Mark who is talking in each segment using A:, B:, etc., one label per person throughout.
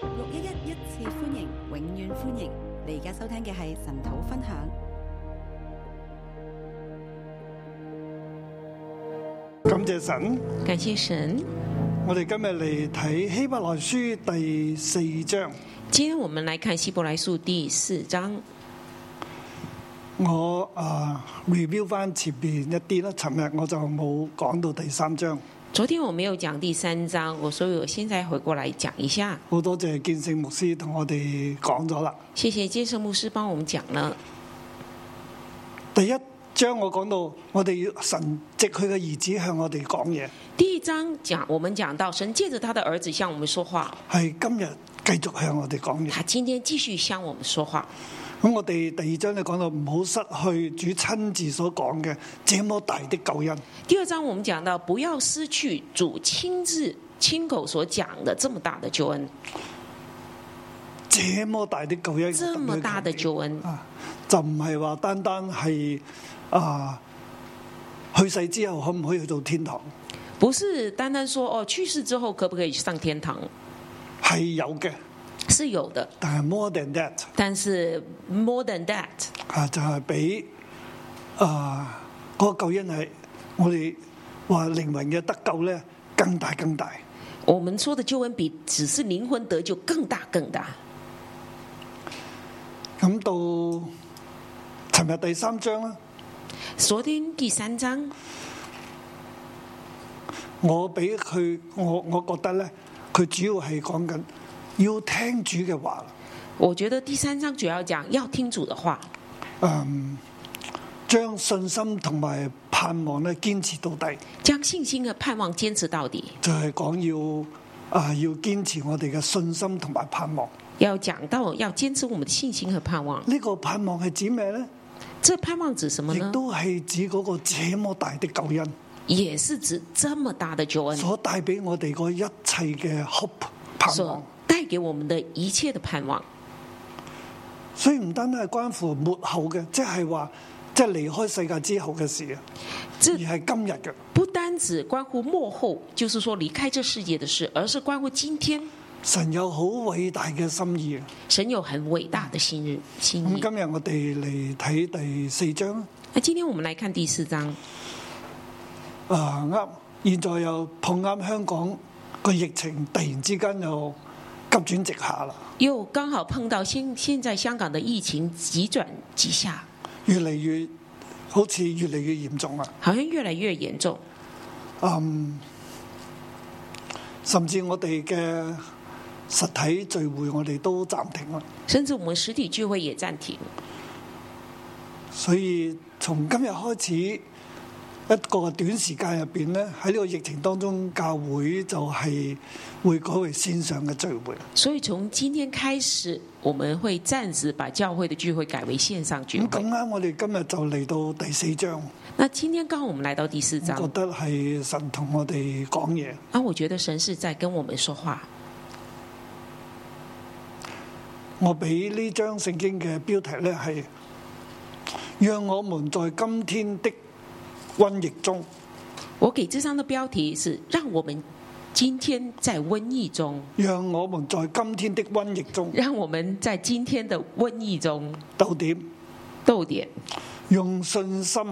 A: 六一一一次歡迎，永遠歡迎！你而家收聽嘅係神土分享。
B: 感謝神，
C: 感谢神。
B: 我哋今日嚟睇希伯來書第四章。
C: 今天我们来看希伯来书第四章。
B: 我啊 review 翻前邊一啲啦，尋日我就冇講到第三章，
C: 昨天我没有讲第三章，我所以我现在回过来讲一下。
B: 好多謝建聖牧師同我哋講咗啦。
C: 谢谢接生牧师帮我们讲了。
B: 第一章我講到我哋要神藉佢嘅兒子向我哋講嘢，
C: 第一章讲我们讲到神借着他的儿子向我们说话，
B: 係今日繼續向我哋講嘢。
C: 他今天继续向我们说话。
B: 咁我哋第二章就講到唔好失去主親自所講嘅這麼大的救恩。
C: 第二章我们讲到不要失去主亲自亲口所讲的这么大的救恩，
B: 這麼大的救恩，
C: 这么大的救恩，
B: 啊，就唔係話單單係啊去世之後可唔可以去到天堂？
C: 不是单单说哦去世之后可不可以上天堂，
B: 係有嘅，
C: 是有的，
B: 但係 more than that
C: 但是 more than that。
B: 啊，就係俾啊嗰、個救恩係我哋話靈魂嘅得救咧更大更大。
C: 我们说的救恩比只是灵魂得救更大更大。
B: 咁到尋日第三章啦，
C: 昨天第三章，
B: 我俾佢我我覺得咧，佢主要係講緊要聽主嘅話。
C: 我觉得第三章主要讲要听主的话，
B: 嗯將信心同埋盼望咧堅持到底，
C: 将信心和盼望坚持到底。
B: 就係、講要啊、要堅持我哋嘅信心同埋盼望。
C: 要讲到要坚持我们的信心和盼望，
B: 呢、個盼望係指咩呢？
C: 这盼望指什么
B: 亦
C: 呢？
B: 都係指嗰個這麼大的救恩
C: 也是指这么大的救恩
B: 所帶俾我哋嗰一切嘅 hope 盼
C: 所
B: 望。
C: 带给我们的一切的盼望。
B: 所以唔單單係關乎末後嘅，即係話即係離開世界之後嘅事啊，而
C: 这
B: 係今日嘅。
C: 不单只关乎幕后，就是说离开这世界的事，而是关乎今天。
B: 神有好偉大嘅心意。啊
C: 神有很伟大的心日心
B: 咁
C: 意。
B: 今日我哋嚟睇第四章啊。
C: 那今天我们来看第四章。
B: 啊啱，現在又碰啱香港個疫情，突然之間又急轉直下啦，
C: 又刚好碰到现现在香港的疫情急转急下，
B: 越嚟越好似越嚟越嚴重啦。
C: 好像越来越严重，
B: 甚至我哋嘅實體聚會我哋都暫停啦。
C: 甚至我们实体聚会也暂停。
B: 所以從今日開始，一個短時間入邊呢，喺呢個疫情當中，教會就係會改為線上嘅聚會。
C: 所以从今天开始，我们会暂时把教会的聚会改为线上聚
B: 咁
C: 会
B: 咁。啱，我哋今日就嚟到第四章，
C: 那今天刚好我们来到第四
B: 覺
C: 章，
B: 得係神同我哋講嘢。
C: 啊，我觉得神是在跟我们说话。
B: 我俾呢張聖經嘅標題呢係：讓我們在今天的瘟疫中
C: 我给这章的标题是“让我们今天在瘟疫中”，
B: 讓我們在今天的瘟疫中
C: 让我们在今天的瘟疫中
B: 逗點，
C: 逗点，
B: 用信心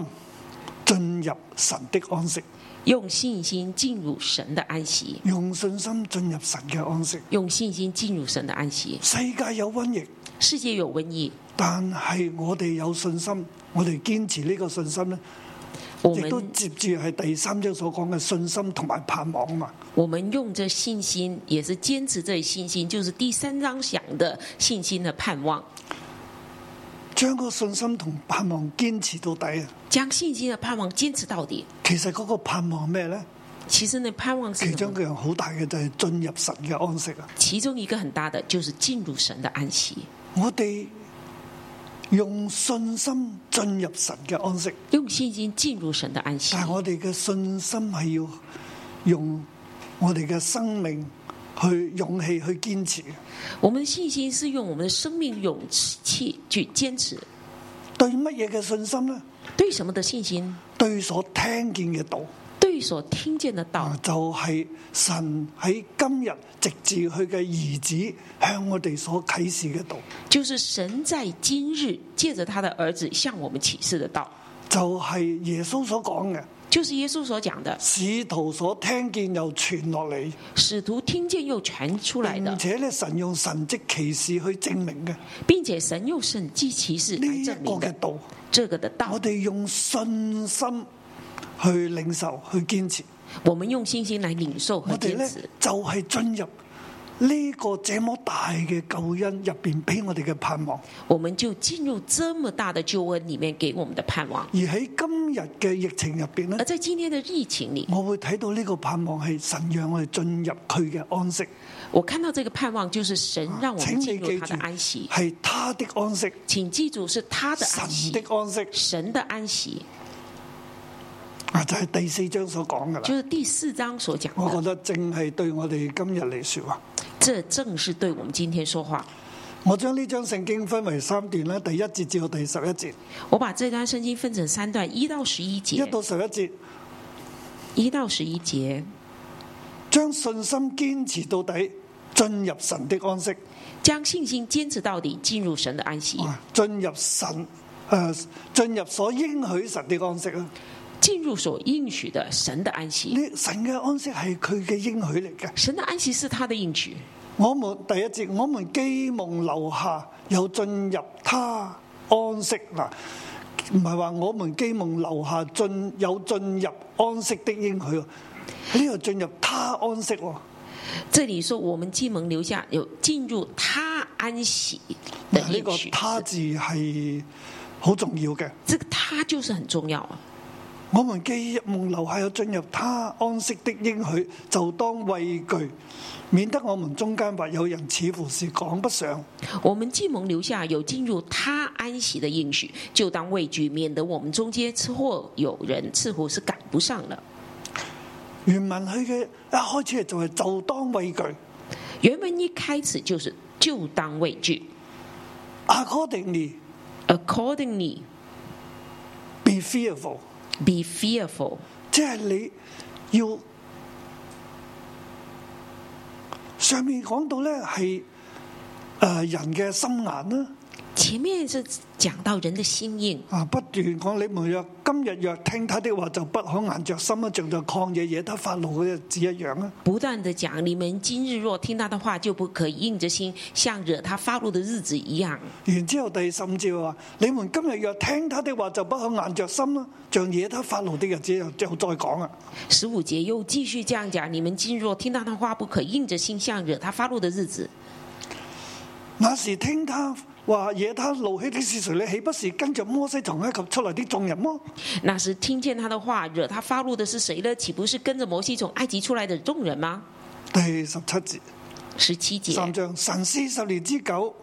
B: 進入神的安息，
C: 用信心进入神的安息。
B: 用信心進入神嘅安息。
C: 用信心进入神的安息。
B: 世界有瘟疫，
C: 世界有瘟疫，
B: 但係我哋有信心，我哋堅持呢個信心呢，
C: 我
B: 亦都
C: 们
B: 接住係第三章所講嘅信心同埋盼望啊嘛。
C: 我们用这信心，也是坚持这信心，就是第三章讲的信心的盼望，
B: 將個信心同盼望堅持到底啊！
C: 将信心的盼望坚持到底。
B: 其實嗰個盼望係咩呢？
C: 其实呢，盼望是
B: 其
C: 什
B: 中
C: 么？
B: 一樣好大嘅就係進入神嘅安息啊！
C: 其中一个很大的就是进入神的安息，
B: 我哋用信心進入神嘅安息，
C: 用信心进入神的安息
B: 但。係我哋嘅信心係要用我哋嘅生命去勇氣去堅持。
C: 我们的信心是用我们的生命勇气去坚持。
B: 對乜嘢嘅信心呢？
C: 对什么的信心？
B: 對所聽見嘅道，
C: 对律所听见的道
B: 啊，，就係神喺今日直至佢嘅兒子向我哋所啟示嘅道，
C: 就是神在今日借着他的儿子向我们启示的道，
B: 就係耶穌所講嘅，
C: 就是耶稣所讲的，
B: 使徒所聽見又傳落嚟，
C: 使徒听见又传出来的
B: 並，且咧神用神蹟奇事去證明嘅
C: 并且神又神迹奇事
B: 呢
C: 来
B: 一
C: 证
B: 個
C: 明
B: 嘅
C: 的
B: 道，
C: 这个的道
B: 我，哋用信心去領受、去堅持，
C: 我们用信心来领受和
B: 我哋
C: 坚
B: 咧
C: 持。
B: 就係進入。呢個這麼大嘅救恩入邊俾我哋嘅盼望，
C: 我们就进入这么大的救恩里面给我们的盼望。
B: 而喺今日嘅疫情入邊咧
C: 而，在今天的疫情里，
B: 我會睇到呢個盼望係神讓我哋進入佢嘅安息，
C: 我看到这个盼望就是神让我
B: 請
C: 们
B: 你
C: 进入
B: 記
C: 他
B: 住
C: 的安息。
B: 係他的安息，
C: 请记住，是他的
B: 神
C: 安息
B: 的，安息
C: 神的安息，
B: 啊，就係第四章所講噶
C: 就
B: 啦。
C: 是第四章所讲
B: 啊我覺得
C: 的。
B: 正係對我哋今日嚟说話。
C: 这正是对我们今天说话。
B: 我將呢章聖經分為三段啦，第一節至到第十一節，
C: 我把这段圣经分成三段，一到十一
B: 一
C: 节，
B: 到十一節
C: 一到十一节，
B: 將信心堅持到底，進入神的安息，
C: 将信心坚持到底，进入神的安息，
B: 啊進入神诶、呃，进入所應許神的安息啦。
C: 进入所应许的神的安息。
B: 呢神嘅安息係佢嘅應許嚟嘅。
C: 神的安息是他的应许。
B: 我们第一節，我們既蒙留下，又進入他安息嗱，唔係話我們既蒙留下進有進入安息的應許喎，呢度進入他安息喎，
C: 这里说我们既蒙留下，有进入他安息的
B: 嗱呢
C: 应
B: 個
C: 许。
B: 他字係好重要嘅。
C: 这个他就是很重要啊。
B: 我們既蒙留下，又進入他安息的應許，就當畏懼，免得我們中間或有人似乎是講不上。
C: 我们既蒙留下，有进入他安息的应许，就当畏惧，免得我们中间或有人似乎是赶不上了。
B: 原文佢嘅一開始就係就當畏懼。
C: 原文一开始就是就当畏惧
B: Accordingly,
C: ，accordingly
B: be fearful，
C: be fearful，
B: 即係你要上面講到咧係诶人嘅心眼啦，
C: 前面是讲到人的心硬，
B: 啊不斷講你們若今日若聽他的話，就不可硬着心啦，啊像在曠野惹他發怒嘅日子一樣啊啦。
C: 不断的讲你们今日若听他的话，就不可以硬着心，像惹他发怒的日子一样。
B: 然之後第十五節話：你們今日若聽他的話，就不可硬着心啦，像惹他發怒的日子又又再講啊。
C: 十五节又继续这样讲：你们今若听到他的话，不可硬着心，像惹他发怒的日子。
B: 那時聽他話惹他怒氣的是誰呢？你豈不是跟着摩西從埃及出來的眾人麼？
C: 那时听见他的话，惹他发怒的是谁呢？岂不是跟着摩西从埃及出来的众人吗？
B: 第十七節
C: 十七节，
B: 三章，神四十年之久，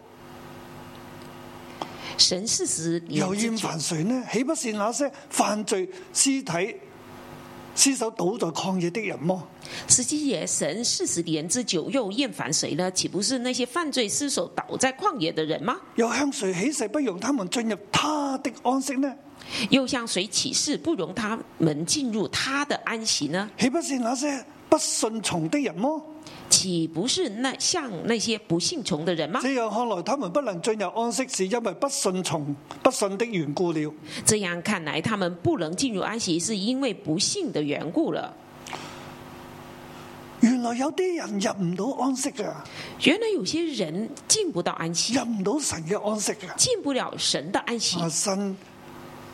C: 神四十年
B: 又
C: 之
B: 厭
C: 久，
B: 煩誰呢？豈不是那些犯罪屍體屍首倒在曠野的人麼？
C: 十七节，神四十年之久又厌烦谁呢？岂不是那些犯罪失手倒在旷野的人吗？
B: 又向誰起誓不容他們進入他的安息呢？
C: 又向谁起誓不容他们进入他的安息呢？
B: 豈不是那些不順從的人麼？
C: 岂不是那像那些不信从的人吗
B: 這？樣看來，他們不能進入安息，是因為不順從、不信的緣故了。
C: 这样看来，他们不能进入安息，是因为不幸的缘故了。
B: 原來有啲人入唔到安息啊！
C: 原来有些人进不到安息
B: 入，唔到神嘅安息嘅。
C: 进不了神的安息
B: 啊，。神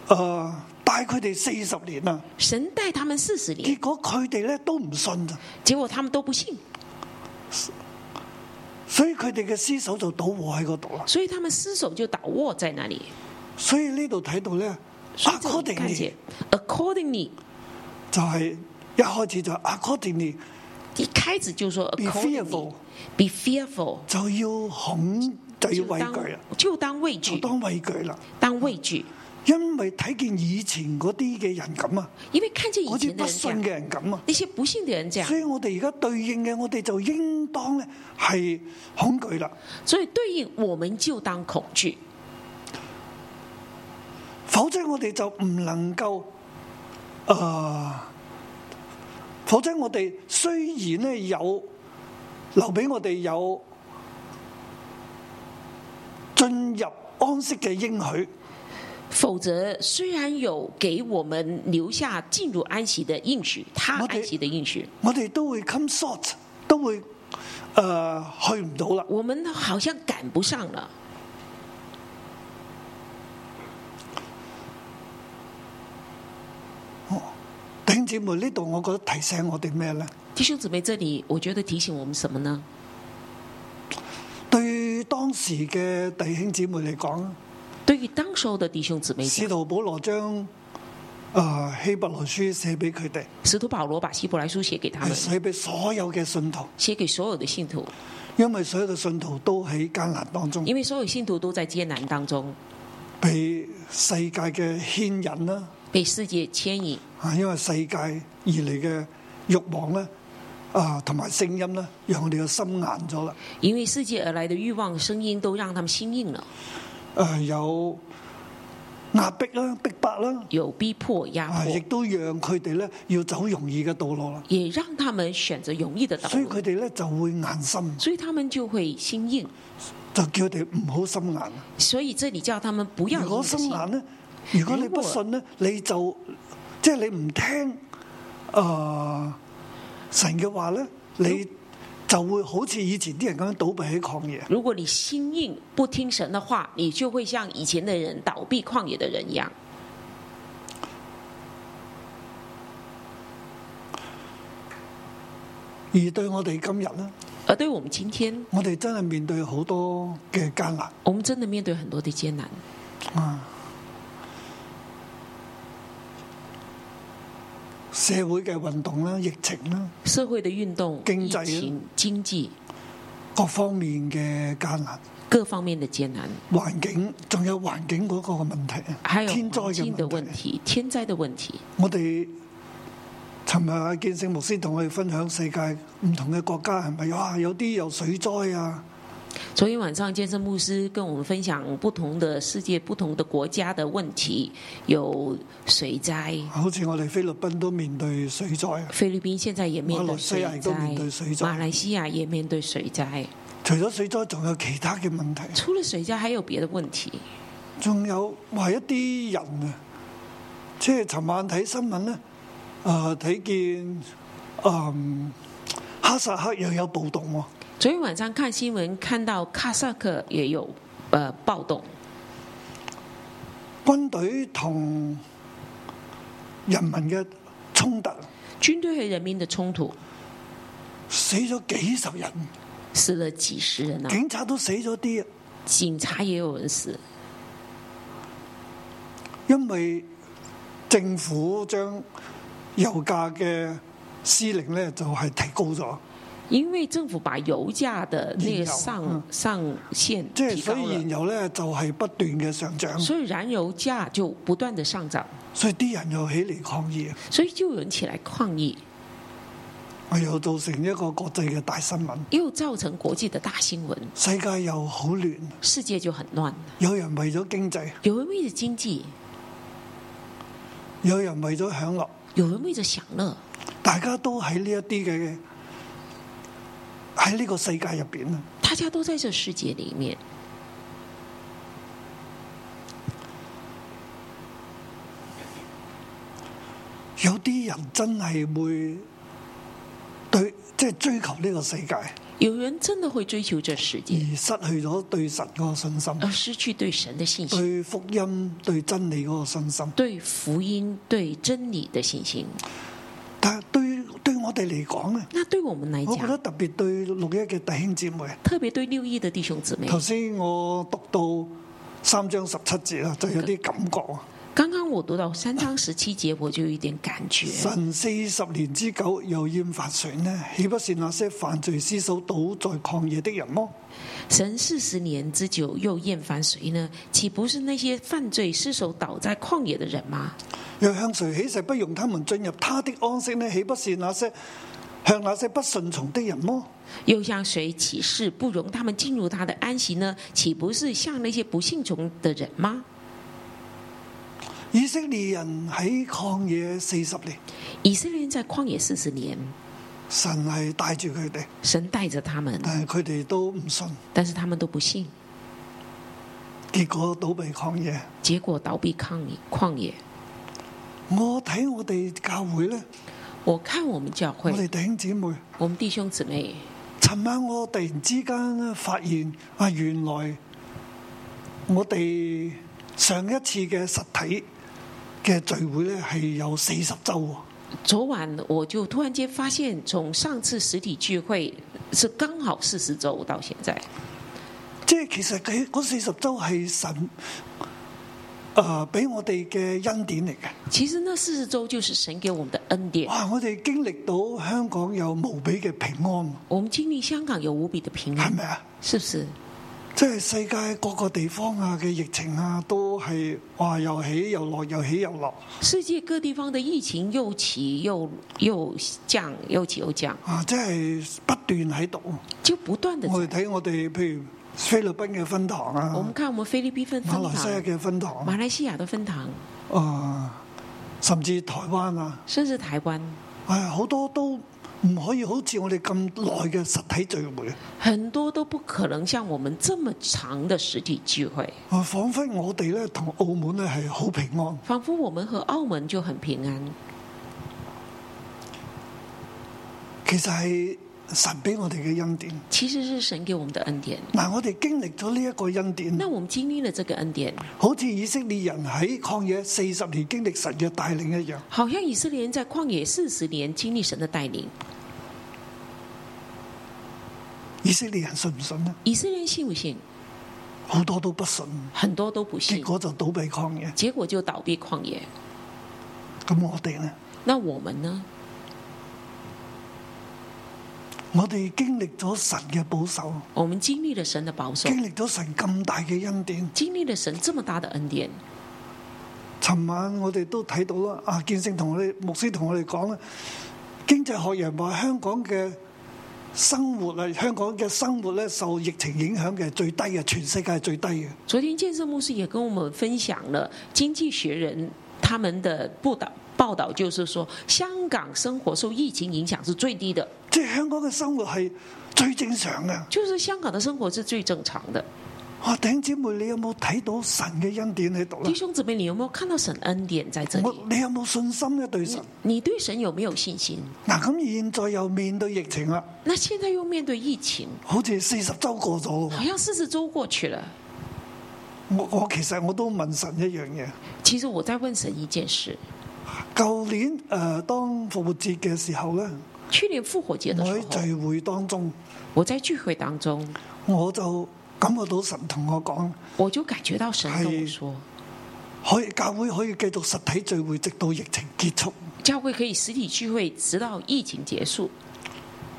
B: 誒帶佢哋四十年啊，
C: 神带他们四十年，
B: 結果佢哋咧都唔信啊，
C: 结果他们都不信，
B: 所以佢哋嘅屍首就倒禍喺嗰度啦。
C: 所以他们失手就倒卧在那里。
B: 所以呢度睇到咧
C: 所以这里看
B: 啊，accordingly
C: 见，accordingly，
B: 就係一開始就 accordingly
C: 一开始就说
B: Be fearful
C: accordingly，be fearful，
B: 就要恐就要
C: 就
B: 畏
C: 当
B: 懼啊，
C: 就当畏
B: 就
C: 惧，
B: 當畏懼啦。
C: 当畏惧，
B: 因為睇見以前嗰啲嘅人咁啊，
C: 因为看见以
B: 嗰啲
C: 前的
B: 不
C: 人这
B: 信
C: 样
B: 嘅，人咁啊，
C: 那些不信的人这样
B: 所，以我哋而家對應嘅，我哋就應當咧係恐懼啦。
C: 所以对应我们就当恐惧，
B: 否則我哋就唔能夠诶、呃否則我哋雖然咧有留俾我哋有進入安息嘅應許，
C: 否则，虽然有给我们留下进入安息的应许，他
B: 我得
C: 安息的应许，
B: 我哋都會 come short，都會誒、呃去唔到啦。
C: 我们好像赶不上了。
B: 弟兄姊妹，呢度我覺得提醒我哋咩呢？
C: 弟兄姊妹，这里我觉得提醒我们什么呢？
B: 對當時嘅弟兄姊妹嚟講，
C: 对于当时候的弟兄姊妹
B: 使
C: 讲，
B: 徒保羅將誒希伯來書寫俾佢哋，
C: 使徒保罗把希伯来书写给他
B: 係
C: 们，
B: 寫俾所有嘅信徒，
C: 写给所有的信徒，
B: 因為所有嘅信徒都喺艱難當中，
C: 因为所有信徒都在艰难当中
B: 被世界嘅牽引啦，
C: 被世界牵引，
B: 啊，因為世界而嚟嘅欲望咧，啊，同埋聲音咧，讓我哋嘅心硬咗啦。
C: 因为世界而来的欲望、声音都让他们心硬了，
B: 誒、呃有壓迫啦、逼迫啦，
C: 有逼迫、压
B: 啊，亦
C: 迫，
B: 都讓佢哋咧要走容易嘅道路啦。
C: 也让他们选择容易的道
B: 所以
C: 路，
B: 佢哋咧就會硬心，
C: 所以他们就会心硬。
B: 就叫佢哋唔好心硬。
C: 所以这里叫他们不要
B: 如果
C: 硬着
B: 心
C: 心
B: 硬咧，如果你不信咧，你就即係你唔聽啊、呃神嘅話咧，你就會好似以前啲人咁樣倒閉喺曠野。
C: 如果你心硬不听神的话，你就会像以前的人倒闭旷野的人一样。
B: 而對我哋今日咧，
C: 而对我们今天，
B: 我哋真係面對好多嘅艱難
C: 我们真的面对很多的艰难，
B: 啊！社會嘅運動啦、疫情啦，
C: 社会的运动、
B: 经济啊
C: 疫情、经济
B: 各方面嘅艱難，
C: 各方面的艰难，
B: 環境仲有環境嗰個問題
C: 还
B: 啊，
C: 有
B: 天
C: 环
B: 災
C: 境
B: 嘅
C: 的
B: 問
C: 问
B: 題。
C: 题、天灾的问题。
B: 我哋尋日阿建聖牧師同我哋分享世界唔同嘅國家係咪？哇，有啲有水災啊，
C: 昨天晚上，健身牧师跟我们分享不同的世界、不同的国家的问题，有水灾，
B: 好似我哋菲律賓都面對水災啊。
C: 菲律宾现在也面
B: 马
C: 对
B: 来西亚
C: 水
B: 也都面对水灾
C: 灾，马来西亚也面对水灾。
B: 除咗水災，仲有其他嘅問題。
C: 除了水灾，还有别的问题。
B: 仲有話一啲人啊，即係尋晚睇新聞咧，啊、睇見啊、嗯哈薩克又有暴動喎、
C: 昨天晚上看新闻，看到卡萨克也有呃暴动，
B: 軍隊同人民嘅衝突，
C: 军队和人民的冲突，
B: 死咗幾十人，
C: 死了几十人啊，
B: 警察都死咗啲啊，
C: 警察也有人死，
B: 因為政府將油價嘅司令咧就係、提高咗，
C: 因为政府把油价的那
B: 燃
C: 个
B: 油
C: 上
B: 嗯
C: 上限
B: 即係
C: 提
B: 所
C: 高
B: 以
C: 了
B: 燃。油咧就係、不斷嘅上漲，
C: 所以燃油价就不断的上涨，
B: 所以啲人又起嚟抗議。
C: 所以就有人起来抗议，
B: 又造成一個國際嘅大新聞，
C: 又造成国际的大新闻，
B: 世界又好亂，
C: 世界就很乱。
B: 有人為咗經濟，
C: 有人为了经济，
B: 有人為咗享樂，
C: 有人为着享乐，
B: 大家都喺呢一啲嘅喺呢個世界入邊啊！
C: 大家都在这世界里面。
B: 有啲人真係會對即係、追求呢個世界，而
C: 有人真的会追求这世界，
B: 失去咗對神嗰個信心，
C: 而失去对神的信心，
B: 對福音、對真理嗰個信心。
C: 对福音、对真理的信心。
B: 但係對對我哋嚟講咧，
C: 那对我们来
B: 我覺得
C: 讲，
B: 特別對六一嘅弟兄姊妹。啊
C: 特别对六一的弟兄姊妹，
B: 頭先我讀到三章十七節啦，就有啲感覺啊！
C: 刚刚我读到三章十七节，我就有一点感觉。
B: 神四十年之久又厭煩誰呢？岂不是那些犯罪屍首倒在曠野的人麼？
C: 神四十年之久又厌烦谁呢？岂不是那些犯罪失手倒在旷野的人吗？
B: 若向誰起誓不容他們進入他的安息呢？豈不是那些向那些不順從的人麼？
C: 又向谁起誓不容他们进入他的安息呢？岂不是像那些不信从的人吗？
B: 以色列人喺曠野四十年，
C: 以色列人在旷野四十年，
B: 神係帶住佢哋，
C: 神带着他们，
B: 但係佢哋都唔信，
C: 但是他们都不信，
B: 結果倒閉曠野。
C: 结果倒闭抗议旷野。
B: 我睇我哋教會呢，
C: 我看我们教会
B: 我，哋弟兄姊妹，
C: 我们弟兄姊妹，
B: 尋晚我突然之間咧發現啊，原來我哋上一次嘅實體嘅聚會呢，係有四十週喎。
C: 昨晚我就突然间发现，从上次实体聚会是刚好四十周到现在，
B: 即係其實佢嗰四十週係神誒俾、我哋嘅恩典嚟嘅。
C: 其实那四十周就是神給我們的恩典。
B: 哇！我哋經歷到香港有無比嘅平安，
C: 我們經歷香港有無比的平
B: 係
C: 安，
B: 咪啊？
C: 是不是？
B: 即係世界各個地方啊嘅疫情啊，都係哇又起又落，又起又落
C: 世界各地方的疫情又起又又降，又起又降，
B: 啊！即係不斷喺度。
C: 就不斷的。
B: 我哋睇我哋譬如菲律賓嘅分堂
C: 我
B: 啊，
C: 們看我們菲律賓分分
B: 馬來西亞
C: 堂、
B: 嘅分堂
C: 馬來西亞的分堂，
B: 啊，甚至台灣啊，
C: 甚至台灣，
B: 唉好多都唔可以好似我哋咁耐嘅實體聚會。
C: 很多都不可能像我們這麼長的實體聚會，
B: 啊，彷彿我哋咧同澳門咧係好平安，
C: 仿佛我們和澳門就很平安。
B: 其實係神俾我哋嘅恩典。
C: 其實是神給我們的恩典。
B: 嗱，我哋經歷咗呢一個恩典
C: 那，我們經歷了這個恩典，
B: 好似以色列人喺曠野四十年經歷神嘅帶領一樣。
C: 好像以色列人在曠野四十年经历神的带领，
B: 以色列人信唔信呢？
C: 以色列人信不信？
B: 好多都不信，
C: 很多都不
B: 結
C: 信，
B: 果就倒閉曠野。
C: 结果就倒闭旷野。
B: 咁我哋呢？
C: 那我们呢？
B: 我哋經歷咗神嘅保守，
C: 我们经历了神的保守，
B: 經歷咗神咁大嘅恩典。
C: 经历了神这么大的恩典。
B: 尋晚我哋都睇到啦，啊，建聖同我哋牧師同我哋講啦，經濟學人話香港嘅生活啊，香港嘅生活咧受疫情影響嘅係最低嘅，全世界係最低嘅。
C: 昨天建设牧师也跟我们分享了《经济学人》他们的报道，报道就是说，香港生活受疫情影响是最低的，
B: 即係香港嘅生活係最正常嘅。
C: 就是香港的生活是最正常的。
B: 哇！弟兄姊妹，你有冇睇到神嘅恩典喺度
C: 弟
B: 咧？
C: 兄姊妹，你有没有看到神恩典在这
B: 我
C: 里？
B: 你有冇信心咧對神？
C: 你对神有没有信心？
B: 嗱，咁現在又面對疫情啦，
C: 那现在又面对疫情，
B: 好似四十週過咗
C: 好
B: 喎。
C: 像四十周过去了。
B: 我我其實我都問神一樣嘢。
C: 其实我在问神一件事：
B: 舊年誒、呃、當復活節嘅時候咧，
C: 去年复活节
B: 我
C: 的时
B: 喺
C: 候，
B: 聚會當中，
C: 我在聚会当中，
B: 我就感覺到神同我講，
C: 我就感觉到神跟我说，
B: 哎可以教會可以繼續實體聚會，直到疫情結束。
C: 教会可以实体聚会直到疫情结束。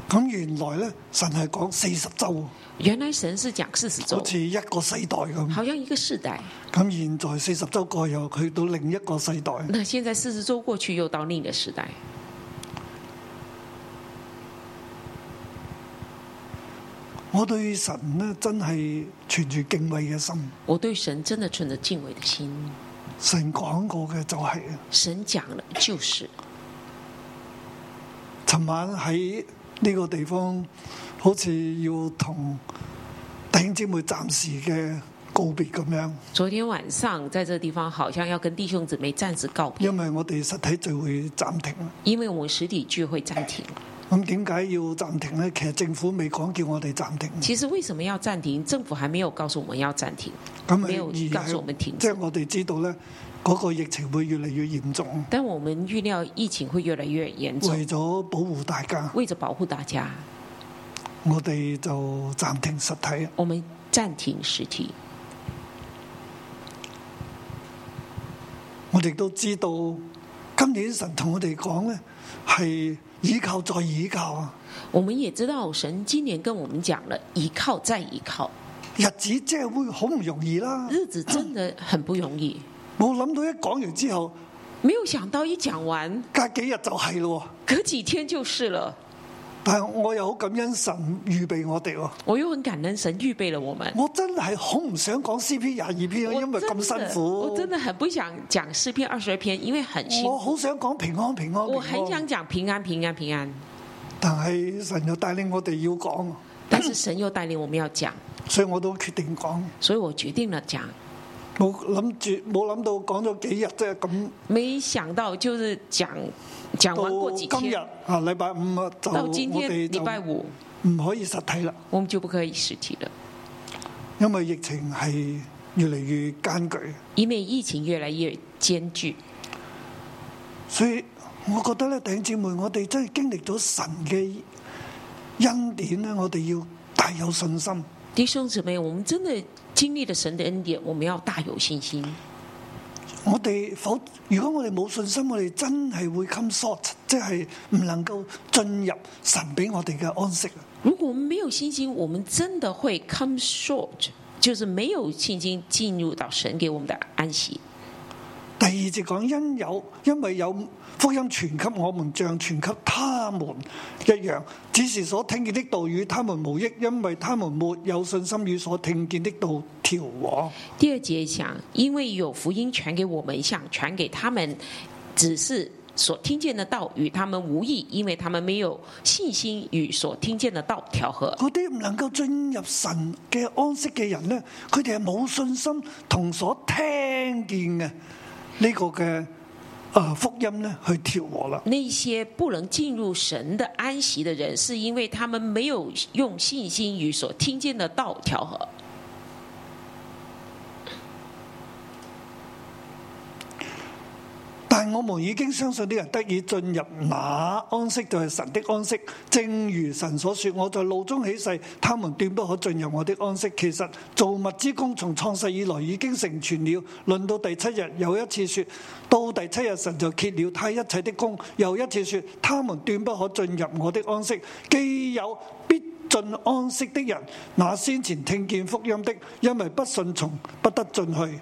B: 咁原來咧，神係講四十週，
C: 原来神是讲四十周
B: 好，似一個世代咁。
C: 好像一个世代。
B: 咁現在四十週過又去到另一個世代，
C: 那现在四十周过去，又到另一个时代。
B: 我對神咧真係存住敬畏嘅心。
C: 我对神真的存着敬畏的心。
B: 神講過嘅就係、
C: 神讲了就是。
B: 尋晚喺呢個地方，好似要同弟兄姊妹暫時嘅告別咁樣，
C: 昨天晚上在这地方，好像要跟弟兄姊妹暂时告别，
B: 因為我哋實體聚會暫停啦。
C: 因为我们实体聚会暂停。
B: 咁點解要暫停呢？其實政府未講叫我哋暫停，
C: 其实为什么要暂停？政府还没有告诉我们要暂停，
B: 咁
C: 沒有
B: 係
C: 告訴我
B: 而係
C: 們停
B: 即係我哋知道呢，嗰、個疫情會越嚟越嚴重，
C: 但我们预料疫情会越来越严重。
B: 為咗保護大家，
C: 为着保护大家，
B: 我哋就暫停實體。
C: 我们暂停实体。
B: 我哋都知道，今年神同我哋講呢，係倚靠再倚靠啊！
C: 我们也知道，神今年跟我们讲了，依靠再依靠，
B: 日子即係會好唔容易啦。
C: 日子真的很不容易。
B: 冇諗到一講完之後，
C: 没有想到一讲完，
B: 隔幾日就係咯
C: 隔几天就是了。
B: 喎。但係我又好感恩神預備我哋喎。
C: 我又很感恩神預備了我們。
B: 我真係好唔想講 C P 廿二篇啊，
C: 我
B: 因為咁
C: 真的
B: 辛苦。
C: 我真的很不想講詩篇二十二篇，因為很辛
B: 我
C: 苦。
B: 好想講平安平安
C: 我
B: 平
C: 很
B: 安，
C: 想講平安平安平安，
B: 但係神又帶領我哋要講，
C: 但是神又帶領我們要講，
B: 所以我都決定講。
C: 所以我決定了講。
B: 冇諗住，冇諗到講咗幾日啫，咁
C: 沒想到就是講講完過幾
B: 到今日
C: 天，
B: 啊，禮拜五啊，就
C: 到
B: 我
C: 今天
B: 哋就
C: 禮拜五，
B: 唔可以實體啦，
C: 我們就不可以實體了，
B: 因為疫情係越嚟越艱巨，
C: 因為疫情越來越艱巨。
B: 所以我覺得咧，弟兄姊妹，我哋真係經歷咗神嘅恩典咧，我哋要大有信心。
C: 弟兄姊妹，我們真的經歷了神的恩典，我們要大有信心。
B: 我哋否？如果我哋冇信心，我哋真係會 come short，即係唔能夠進入神俾我哋嘅安息。啊
C: 如果我們沒有信心，我們真的會 come short，就是沒有信心進入到神給我們的安息。
B: 第二節講因有，因為有福音傳給我們，像傳給他們一樣。只是所聽見的道與他們無益，因為他們沒有信心與所聽見的道調和。
C: 第二節想，因為有福音傳給我們，想傳給他們，只是所聽見的道與他們無異，因為他們沒有信心與所聽見的道調和。
B: 嗰啲唔能夠進入神嘅安息嘅人呢，佢哋係冇信心同所聽見嘅呢個嘅啊福音呢去調和啦。
C: 那些不能進入神的安息的人，是因為他們沒有用信心與所聽見的道調和。
B: 但我們已經相信啲人得以進入那安息，就係神的安息。正如神所說：我在路中起誓，他們斷不可進入我的安息。其實造物之功從創世以來已經成全了。論到第七日，又一次說：到第七日，神就歇了他一切的功。又一次說：他們斷不可進入我的安息。既有必進安息的人，那先前聽見福音的，因為不順從，不得進去。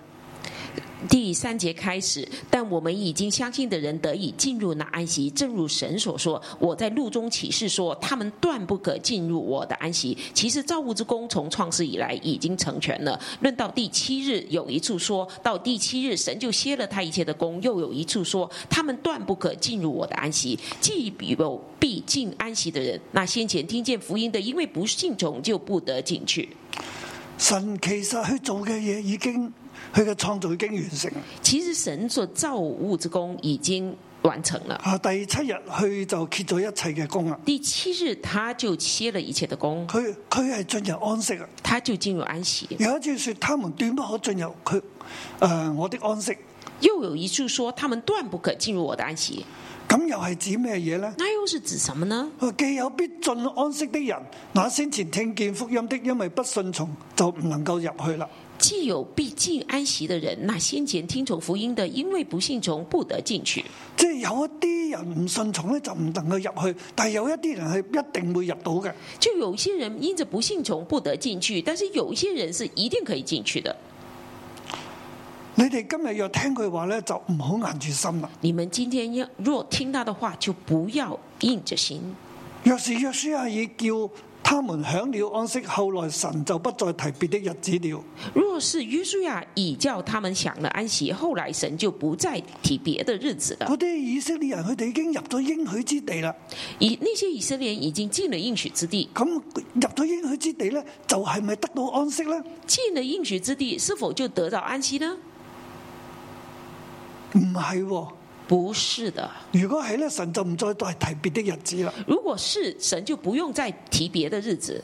C: 第三節開始，但我們已經相信的人得以進入那安息，正如神所說：“我在路中起誓說，他們断不可进入我的安息。”其实造物之功从创世以来已经成全了。论到第七日，有一处说到第七日，神就歇了他一切的功；又有一处说，他们断不可进入我的安息。既有必进安息的人，那先前听见福音的，因为不信从，就不得进去。
B: 神其實去做嘅嘢已經，佢嘅創造已經完成。
C: 其实神所造物之功已经完成了。
B: 啊，第七日佢就揭咗一切嘅功啦。
C: 第七日，他就歇了一切的功，
B: 佢佢係進入安息啊！
C: 他就进入安息。
B: 有一次說，他們斷不可進入佢诶、呃我的安息。
C: 又有一处说，他们断不可进入我的安息。
B: 咁又係指咩嘢呢？
C: 那又是指什么呢？
B: 佢話既有必進安息的人，那先前聽見福音的，因為不信從，就唔能夠入去啦。
C: 既有必进安息的人，那先前听从福音的，因为不信从，不得进去。
B: 即係有一啲人唔信從咧，就唔能夠入去，但係有一啲人係一定會入到嘅。
C: 就有一些人因着不信从不得进去，但是有一些人是一定可以进去的。
B: 你哋今日若聽佢話咧，就唔好硬住心啦。
C: 你们今天要若听他的话，就不要硬着心。
B: 若是約書亞已叫他們享了安息，後來神就不再提別的日子了。
C: 若是约书亚已叫他们享了安息，后来神就不再提别的日子了。
B: 嗰啲以色列人佢哋已經入咗應許之地啦。
C: 以那些以色列人已经进了应许之地，
B: 咁入咗應許之地呢，就係、咪得到安息呢？
C: 进了应许之地，是否就得到安息呢？
B: 唔係喎，
C: 不是的，
B: 如果係呢，神就唔再再提別的日子啦。
C: 如果是神，就不用再提别的日子。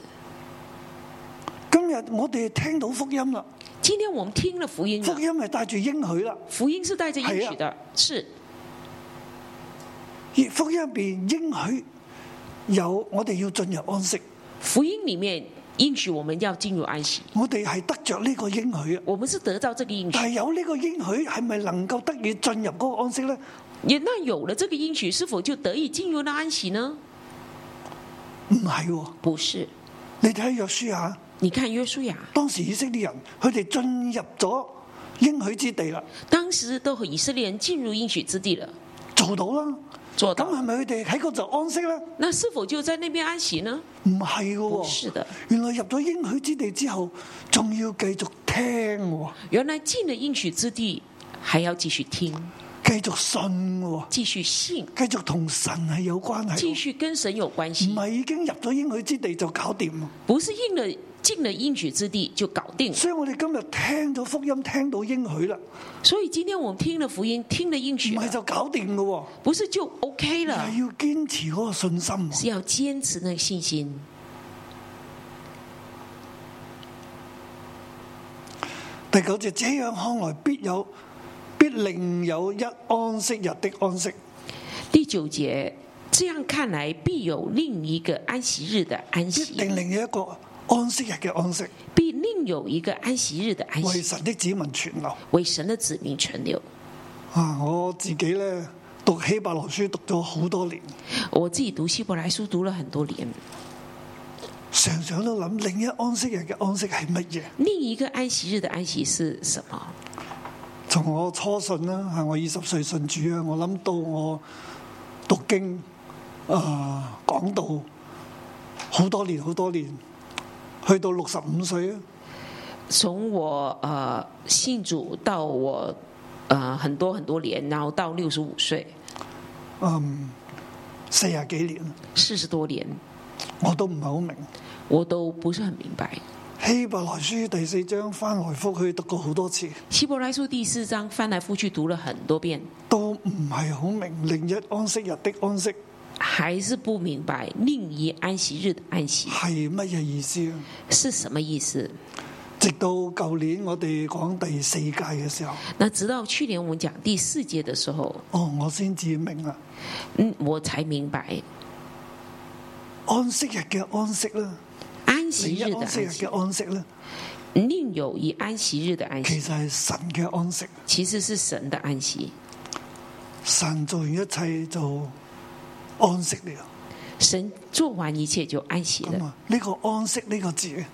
B: 今日我哋聽到福音啦，
C: 今天我们听了福音
B: 福
C: 了，
B: 音係帶住應許啦，
C: 福音是带着应许的，是啊
B: 而福音入邊應許有我哋要進入安息，
C: 福音里面应许我们要进入安息，
B: 我哋係得着呢個應許啊。
C: 我们是得到这个应
B: 但
C: 许。
B: 係有呢個應許係咪能夠得以進入嗰個安息呢？
C: 也那有了这个应许，是否就得以进入那安息呢？
B: 唔係喎，
C: 不是，
B: 你睇下約書亞，
C: 你看约书亚
B: 當時以色列人佢哋進入咗應許之地啦。
C: 当时都和以色列人进入应许之地了，
B: 做到啦，
C: 做
B: 咁
C: 到。
B: 係咪佢哋喺嗰度就安息咧？
C: 那是否就在那边安息呢？
B: 唔係嘅
C: 不
B: 喎，
C: 是的，
B: 原來入咗應許之地之後，仲要繼續聽喎，
C: 原来进了应许之地，还要继续听，
B: 繼續信喎，
C: 继续信，
B: 繼續同神係有關係
C: 继
B: 喎，
C: 续跟神有关
B: 唔
C: 系，
B: 係已經入咗應許之地就搞掂喎。
C: 不是应了进了应许之地就搞定。
B: 所以我哋今日聽咗福音，聽到應許啦，
C: 所以今天我们听了福音，听了应
B: 唔
C: 许了，
B: 係就搞掂嘅喎，
C: 不是就 OK 了
B: 而，係要堅持嗰個信心喎。
C: 是要坚持那个信心。
B: 第九節，這樣看來必有必另有一安息日的安息。
C: 第九节，这样看来必有另一个安息日的安
B: 一
C: 息，
B: 定另有一個安息日嘅安息，
C: 必另有一个安息日的安
B: 為
C: 息，
B: 神的子民存留。
C: 为神的子民存留。
B: 啊，我自己咧讀希伯來書讀咗好多年，
C: 我自己读希伯来书读了很多年，
B: 常常都諗另一安息日嘅安息係乜嘢？
C: 另一个安息日的安息是什么？
B: 從我初信啦，係我二十歲信主啊，我諗到我讀經啊、講道好多年好多年，去到六十五歲啊，
C: 从我呃信主到我呃很多很多年，然后到六十五岁，
B: 嗯，四廿幾年啊，
C: 四十多年，
B: 我都唔係好明。
C: 我都不是很明白。
B: 希伯來書第四章翻來覆去讀過好多次，
C: 希伯来书第四章翻来覆去读了很多遍，
B: 都唔係好明另一安息日的安息
C: 还是不明白另一安息日的安息
B: 係乜嘢意思啊！
C: 是什么意思。
B: 直到舊年我哋講第四屆嘅時候，
C: 那直到去年我们讲第四节的时候，
B: 哦，我先至明啦，
C: 嗯，我才明白
B: 安息日嘅安息啦，
C: 安
B: 另
C: 息
B: 一
C: 日的
B: 安息日
C: 安息
B: 嘅，安息咧，
C: 另有一安息日的安
B: 其
C: 息，
B: 實係神嘅安息。
C: 其实是神的安息。
B: 神做完一切就安息了。
C: 神做完一切就安息
B: 咁
C: 了。
B: 啊，呢個安息呢個字，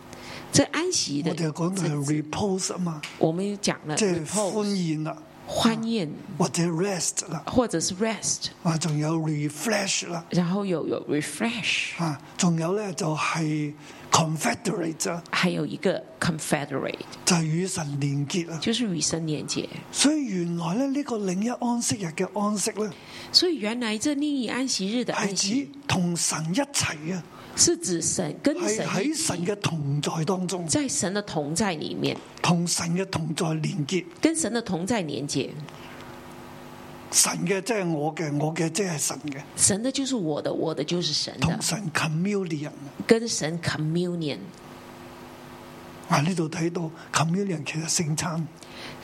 C: 这安息
B: 我
C: 的
B: 哋又講到係
C: 这字
B: repose 啊嘛，
C: 我们讲了
B: 即係
C: repose
B: 歡宴啦，
C: 欢宴，
B: 或者 rest 啦，
C: 或者是 rest，
B: 啊，仲有 refresh 啦。
C: 然后有有 refresh，
B: 啊，仲有咧就係 confederate 啊，
C: 还有一个 confederate，
B: 就係與神連結啊。
C: 就是与神连结。
B: 所以原來咧呢個另一安息日嘅安息咧，
C: 所以原来这另一安息日的
B: 係
C: 安
B: 指
C: 息，
B: 同神一齊啊，
C: 是指神跟
B: 係
C: 神一
B: 喺
C: 起
B: 神嘅同在當中，
C: 在神的同在里面，
B: 同神嘅同在連結。
C: 跟神的同在连接。
B: 神嘅即係我嘅，我嘅即係神嘅，
C: 神的就是我的，我的就是神的
B: 同，神 communion
C: 跟神 communion。
B: 啊！呢度睇到 communion 其實聖餐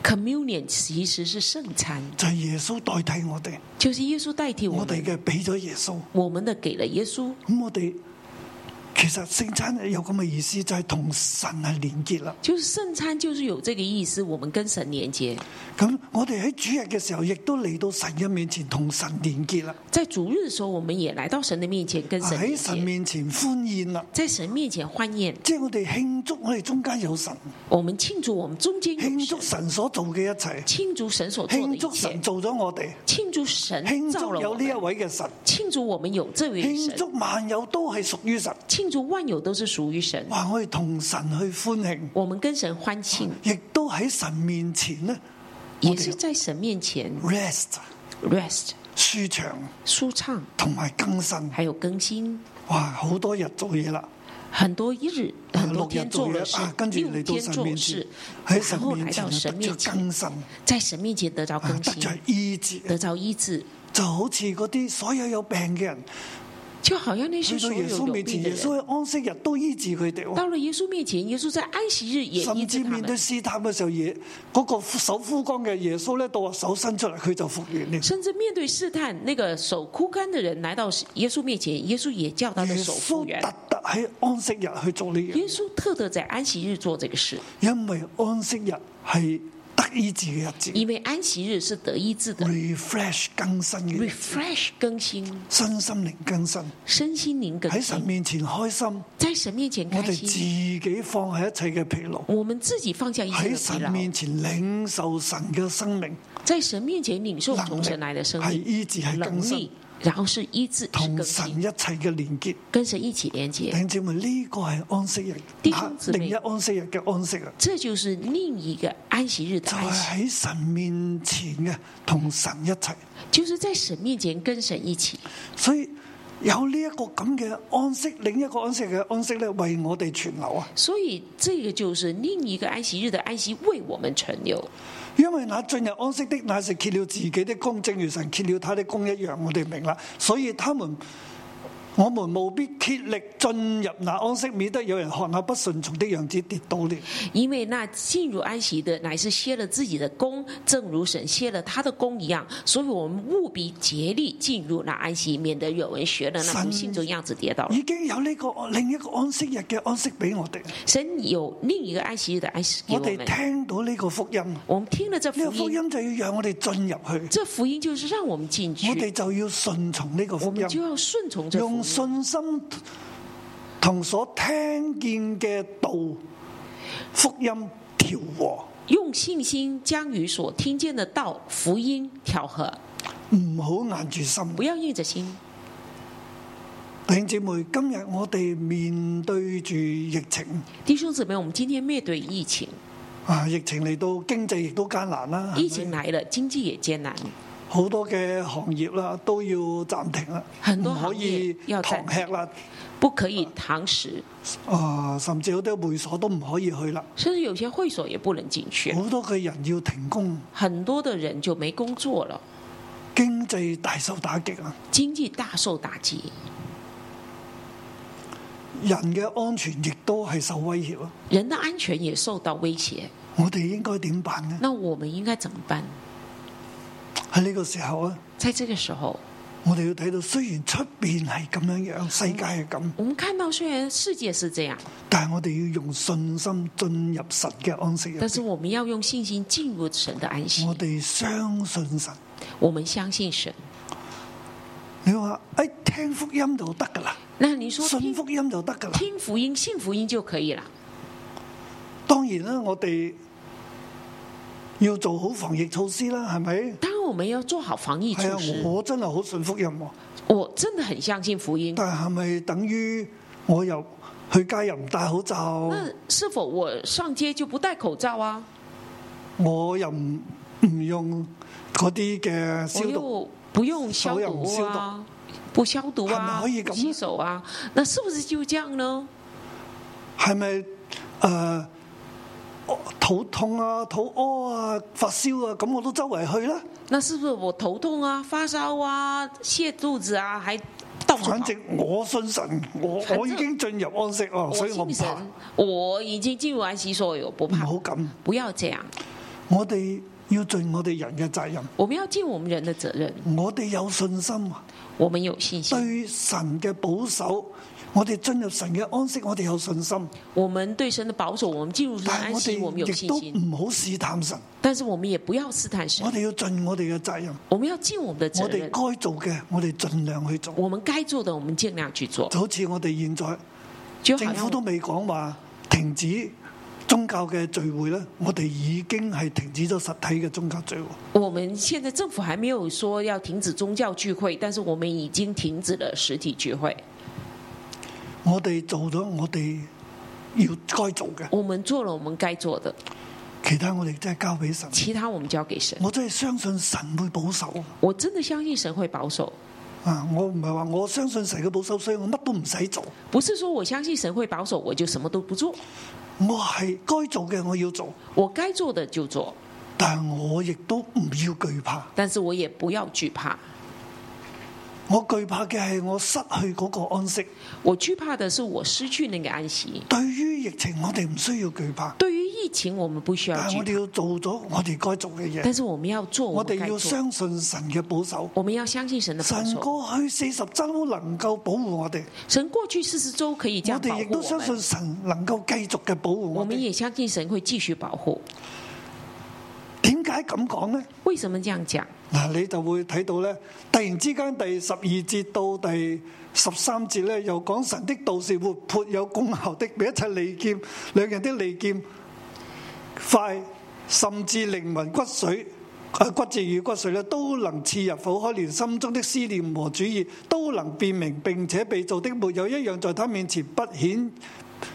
C: communion 其實是圣餐，
B: 就係耶穌代替我哋，
C: 就是耶穌代替我
B: 我哋嘅
C: 们，
B: 俾咗耶穌，
C: 我們的給了耶穌。
B: 咁我哋其實聖餐有咁嘅意思，就係同神係連結啦。
C: 就是圣餐就是有這個意思，我們跟神連接，
B: 咁我哋喺主日嘅時候，亦都嚟到神嘅面前同神連結啦，
C: 在主日的時候，我們也來到神的面前跟神
B: 喺
C: 連
B: 哎神
C: 接，
B: 面前歡宴啦。
C: 在神面前歡宴，
B: 即係我哋慶祝，我哋中間有神，
C: 我們慶祝我們中間有
B: 慶祝
C: 神，
B: 神所做嘅一切，
C: 慶祝神所做的
B: 慶
C: 一
B: 祝
C: 切
B: 神，做咗我哋，
C: 慶祝神
B: 慶
C: 造
B: 祝
C: 了我
B: 有呢
C: 們
B: 一，位嘅神，
C: 慶祝我們有這位
B: 慶
C: 神，
B: 祝萬有都係屬於神。
C: 慶祝萬有都是屬於神，
B: 哇！我哋同神去歡慶，
C: 我們跟神歡慶，
B: 亦都喺神面前咧我
C: 也
B: 哋
C: 是在神面前
B: rest
C: rest
B: 舒暢
C: 舒暢，
B: 同埋更新。
C: 還有更新。
B: 哇！好多日做嘢啦，
C: 很多日很
B: 六
C: 多
B: 日
C: 天
B: 做
C: 做
B: 嘢
C: 了事
B: 啊，，跟住
C: 六
B: 嚟到
C: 天
B: 神
C: 做
B: 面
C: 事
B: 前，，喺
C: 然
B: 神
C: 后
B: 面
C: 來
B: 前
C: 到
B: 啊得
C: 神面
B: 着
C: 前，
B: 更新。
C: 在神面前得到
B: 啊
C: 更
B: 得着
C: 新，
B: 醫治，
C: 得到医治，
B: 就好似嗰啲所有有病嘅人
C: 就好像那
B: 去
C: 些
B: 到
C: 所
B: 耶
C: 有
B: 穌
C: 有
B: 面前，
C: 病的
B: 耶穌
C: 人，
B: 喺安息日都醫治佢哋喎。
C: 到了耶穌面前，耶穌在安息日也医
B: 甚
C: 治
B: 至
C: 他
B: 面對
C: 们，
B: 試探嘅時候，耶嗰、個手枯乾嘅耶穌咧，到話手伸出嚟，佢就復原了。
C: 甚至面对试探，那个手枯干的人来到耶穌面前，耶穌也叫他的
B: 耶
C: 手复
B: 穌
C: 原。
B: 特特喺安息日去做呢
C: 耶
B: 樣，
C: 穌特特在安息日做这个事，
B: 因為安息日係得醫治嘅日子
C: 因为安息日是得医治的
B: ，refresh 更新嘅日子，
C: ，refresh 更新
B: 身心靈更新
C: 身心灵更
B: 喺神
C: 新，
B: 面前開心，
C: 在神面前
B: 我
C: 开
B: 哋自
C: 心，
B: 己放下一切嘅疲勞。
C: 我们自己放下一切
B: 喺
C: 的疲
B: 神
C: 劳
B: 面。前領受神嘅生命，
C: 在神面前领受从神来的生
B: 係
C: 命
B: 醫治係更
C: 能
B: 新
C: 力，然后是医治，是
B: 同
C: 更
B: 神
C: 新，
B: 一切嘅連結。
C: 跟神一起连接
B: 弟。兄姊妹，呢、個係安息日，啊
C: 弟兄姊妹
B: 另一安息日嘅安息啊，
C: 这就是另一个安息日的
B: 就
C: 安
B: 係
C: 息，
B: 喺神面前嘅同神一齊。
C: 就是在神面前跟神一起。
B: 所以有呢一個咁嘅安息，另一個安息嘅安息咧，為我哋存留啊。
C: 所以这个就是另一个安息日的安息为我们存留，
B: 因為那進入安息的，乃是揭了自己的功，正如神揭了他的功一樣。我哋明啦，所以他們。我們務必竭力進入那安息，免得有人學那不順從的樣子跌倒了。
C: 因为那进入安息的乃是歇了自己的功，正如神歇了他的功一样。所以我们务必竭力进入那安息，免得有人学了那不信中样子跌倒了。
B: 已經有呢、個另一個安息日嘅安息俾我哋，
C: 神有另一个安息日的安息给我
B: 我
C: 们
B: 哋，聽到呢個福音，呢、
C: 我们听了这
B: 個
C: 福
B: 福
C: 音，
B: 音就要讓我哋進入去，
C: 这福音就是让我们进去
B: 我，哋就要順從呢個
C: 我
B: 福
C: 们
B: 音
C: 就，要顺从这福
B: 用
C: 音，
B: 信心同所聽見嘅道福音調和，
C: 用信心将与所听见的道福音调和，
B: 唔好硬住心
C: 不。要硬着心。
B: 弟兄姊妹，今日我哋面對住疫情
C: 弟兄姊妹，我们今天面对疫情，
B: 啊，疫情嚟到經濟亦都艱難啦，
C: 疫
B: 係
C: 情
B: 咪
C: 来了，经济也艰难，
B: 好多嘅行業啦都要暫停啦，
C: 很多
B: 唔可
C: 行
B: 以
C: 業要暫
B: 堂吃啦。
C: 不可以堂食，
B: 啊、甚至好多會所都唔可以去啦，
C: 甚至有些会所也不能进去，
B: 好多嘅人要停工，
C: 很多的人就没工作了，
B: 經濟大受打擊啊！
C: 经济大受打击，
B: 人嘅安全亦都係受威脅啊！
C: 人的安全也受到威胁。
B: 我哋應該點辦呢？
C: 那我们应该怎么办？
B: 喺呢個時候啊，
C: 在这个时候，
B: 我哋要睇到，雖然出邊係咁樣樣，世界係咁，
C: 我们看到虽然世界是这样，
B: 但係我哋要用信心進入神嘅安息入
C: 但是
B: 邊。
C: 我们要用信心进入神的安息
B: 我。哋相信神。
C: 我们相信神。
B: 你話誒聽福音就得㗎啦，
C: 那你说
B: 信
C: 听
B: 福音就得㗎啦。
C: 听福音、信福音就可以了。
B: 當然啦，我哋要做好防疫措施啦，係咪？
C: 当然，我们要做好防疫
B: 係
C: 措施
B: 啊，。我真係好信福音喎，
C: 我真的很相信福音。
B: 但係咪等於我又去街又唔戴口罩，
C: 那是否我上街就不戴口罩啊？
B: 我又唔唔用嗰啲嘅
C: 我
B: 消毒，
C: 又不用消毒
B: 手又不消
C: 啊，不消毒
B: 係咪
C: 啊
B: 可以，咁
C: 不
B: 呢
C: 洗手啊，那是不是就这样呢？
B: 係咪誒肚痛啊、肚屙啊、發燒啊，咁我都周圍去啦。
C: 那是不是我头痛啊、发烧啊、泻肚子啊，还到处
B: 反
C: 跑？
B: 正我信神，我
C: 反正
B: 我已經進入安息哦，所
C: 我
B: 以我唔
C: 信
B: 怕，
C: 神，我已经进入安息所有，不
B: 唔
C: 怕
B: 好，咁。
C: 不要这样。
B: 我哋要盡我哋人嘅責任，
C: 我们要尽我们人的责任，
B: 我哋有信心。啊
C: 我们有信心，
B: 對神嘅保守，我哋進入神嘅安息，我哋有信心，
C: 我们对神的保守，我们进入神的
B: 但
C: 安息，
B: 係
C: 我
B: 我
C: 们有
B: 哋亦
C: 信
B: 都
C: 心，
B: 唔好試探神，
C: 但是我们也不要试探神
B: 我，哋要盡我哋嘅責任，
C: 我们要尽我们的责
B: 我哋
C: 任。
B: 該做嘅，我哋盡量去做。
C: 我们该做的，我们尽量去做。
B: 就好似我哋現在
C: 就好
B: 政府
C: 像
B: 都未講話停止宗教嘅聚會咧，我哋已經係停止咗實體嘅宗教聚會。
C: 我们现在政府还没有说要停止宗教聚会，但是我们已经停止了实体聚会。
B: 我哋做咗我哋要該做嘅，
C: 我们做了我们该做的，
B: 其他我哋真係交俾神。
C: 其他我们交给神。
B: 我真係相信神會保守
C: 我真的相信神会保守，
B: 啊！我唔係話我相信神嘅保守，所以我乜都唔使做。
C: 不是说我相信神会保守，我就什么都不做，
B: 我係該做嘅，我要做，
C: 我该做的就做，
B: 但係我亦都唔要懼怕。
C: 但是我也不要惧怕。
B: 我懼怕嘅係我失去嗰個安息。
C: 我惧怕的是我失去那个安息。
B: 對於疫情，我哋唔需要懼怕，
C: 对于疫情，我们不需要
B: 但係
C: 惧
B: 我
C: 怕，
B: 哋要做咗我哋該做嘅嘢
C: 但。是我们要做我
B: 我
C: 们
B: 哋
C: 该
B: 要
C: 做。
B: 相信神嘅保守。
C: 我们要相信神的保
B: 神
C: 守。
B: 過去四十周能夠保護我哋，
C: 神过去四十周可以这
B: 我
C: 样保
B: 哋
C: 护
B: 亦都相信神能夠繼續嘅保護
C: 我
B: 我
C: 们
B: 哋。
C: 也相信神会继续保护。
B: 點解咁講呢？
C: 为什么这样讲？
B: 嗱，你就會睇到咧，突然之間第十二節到第十三節咧，又講神的道是活潑有功效的，比一切利劍兩人的利劍快，甚至靈魂骨髓啊骨節與骨髓咧都能刺入剖開，連心中的思念和主意都能辨明，並且被造的沒有一樣在他面前不顯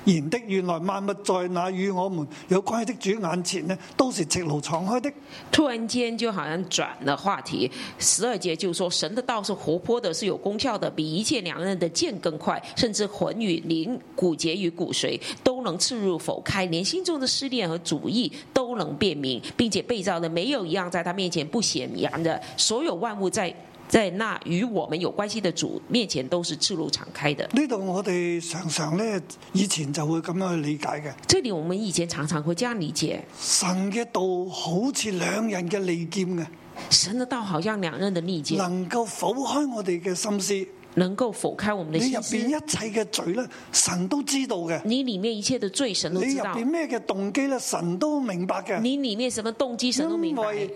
B: 然的。原來萬物在那與我們有關係的主眼前呢，都是赤露敞開的。
C: 突然间就好像转了话题，十二节就说神的道是活泼的，是有功效的，比一切两刃的剑更快，甚至魂与灵、骨节与骨髓都能刺入否开，连心中的思念和主意都能辨明，并且被造的没有一样在他面前不显然的，所有万物在。在那与我们有关系的主面前都是赤露敞开的。
B: 呢度我哋常常咧以前就會咁樣去理解嘅，
C: 这里我们以前常常会这样理解，
B: 神嘅道好似兩刃嘅利劍嘅，
C: 神的道好像两刃的利剑，
B: 能夠剖開我哋嘅心思。
C: 能够剖开我们的
B: 你入
C: 心
B: 边
C: 思。
B: 一切嘅罪咧，神都知道嘅。
C: 你里面一切的罪，神都
B: 你
C: 知
B: 入
C: 道
B: 边；咩嘅動機咧，神都明白嘅。
C: 你里面什么动机，神都明
B: 因
C: 白
B: 為。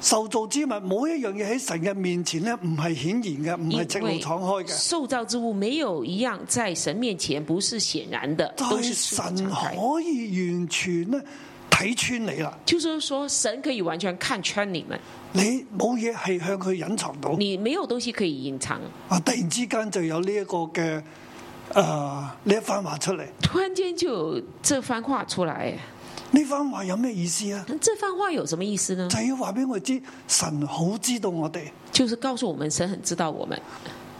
B: 受造之物冇一樣嘢喺神嘅面前咧，唔係顯然嘅，唔係赤露敞開嘅，
C: 受造之物没有一样在神面前不是显然的，
B: 就
C: 都
B: 係
C: 是赤
B: 神
C: 露敞开。
B: 可以完全咧睇穿你啦。
C: 就是说，神可以完全看穿你们，
B: 哦你冇嘢係向佢隱藏到
C: 你没有东西可以隐藏。
B: 啊！突然之間就有呢一個嘅诶呢一番話出嚟，
C: 突然间就有这番话出来，
B: 呢番話有咩意思啊？
C: 这番话有什么意思呢？
B: 就要話俾我知，神好知道我哋，
C: 就是告诉我们，神很知道我们，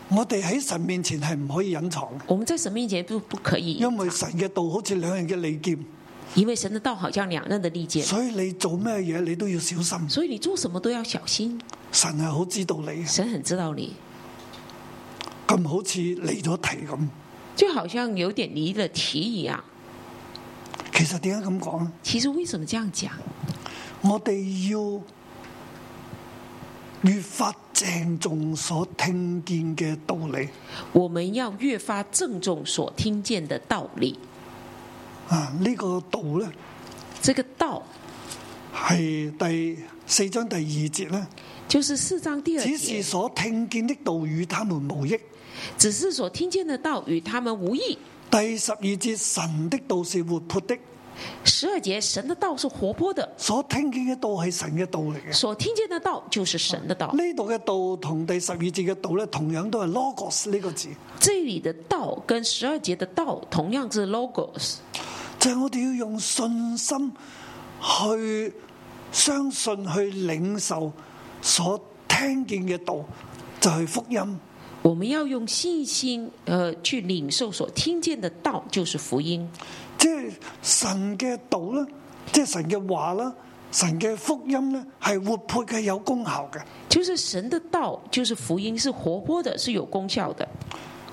B: 我哋喺神面前係唔可以隱藏嘅，
C: 我们在神面前不不可以隐
B: 因為
C: 藏，
B: 神嘅道好似兩人嘅利劍，
C: 因为神的道好像两刃的利剑，
B: 所以你做咩嘢你都要小心，
C: 所以你做什么都要小心。
B: 神係好知道你。
C: 神很知道你，
B: 咁好似離咗題咁。
C: 就好像有点离了题一样。
B: 其實點解咁講？
C: 其实为什么这样讲？
B: 我哋要越發鄭重所聽見嘅道理
C: 我们要越发郑重所听见的道理。
B: 啊！呢、個道呢，
C: 这个道
B: 係第四章第二節呢，
C: 就是四章第二
B: 只
C: 节
B: 是，所聽見的道與他們無益。
C: 只是所听见的道与他们无异。
B: 第十二節，神的道是活潑的，
C: 十二节，神的道是活泼的，
B: 所聽見嘅道係神嘅道嚟嘅。
C: 所听见的道就是神的道。
B: 呢度嘅道同第十二節嘅道呢，同樣都係 logos 呢個字，
C: 这里的道跟十二节的道同样是 logos，
B: 就係我哋要用信心去相信、去領受所聽見嘅道，就係、福音。
C: 我们要用信心呃去领受所听见的道就是福音。
B: 即係神嘅道啦，即係神嘅話啦，神嘅福音咧係活潑嘅、有功效嘅，
C: 就是神的道，就是福音，是活泼的，是有功效的，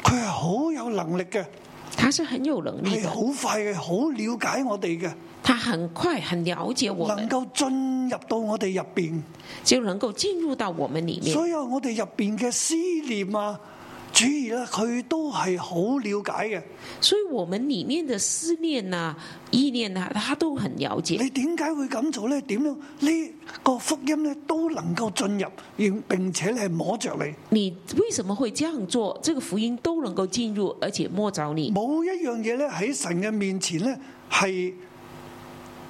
B: 佢係好有能力嘅，
C: 它是很有能力
B: 係
C: 的，
B: 好快嘅，好了解我哋嘅，
C: 它很快很了解我
B: 能
C: 们，
B: 夠進入到我哋入邊，
C: 就能够進入到我们里面。
B: 所有我哋入邊嘅思念啊、主意啦，佢都係好了解嘅。
C: 所以我们里面的思念呐、意念呐、他都很了解。
B: 你點解會咁做呢？點樣呢個福音呢都能夠進入，而並且你係摸着你，
C: 你为什么会这样做？这个福音都能够进入，而且摸着你，
B: 冇一樣嘢呢喺神嘅面前呢係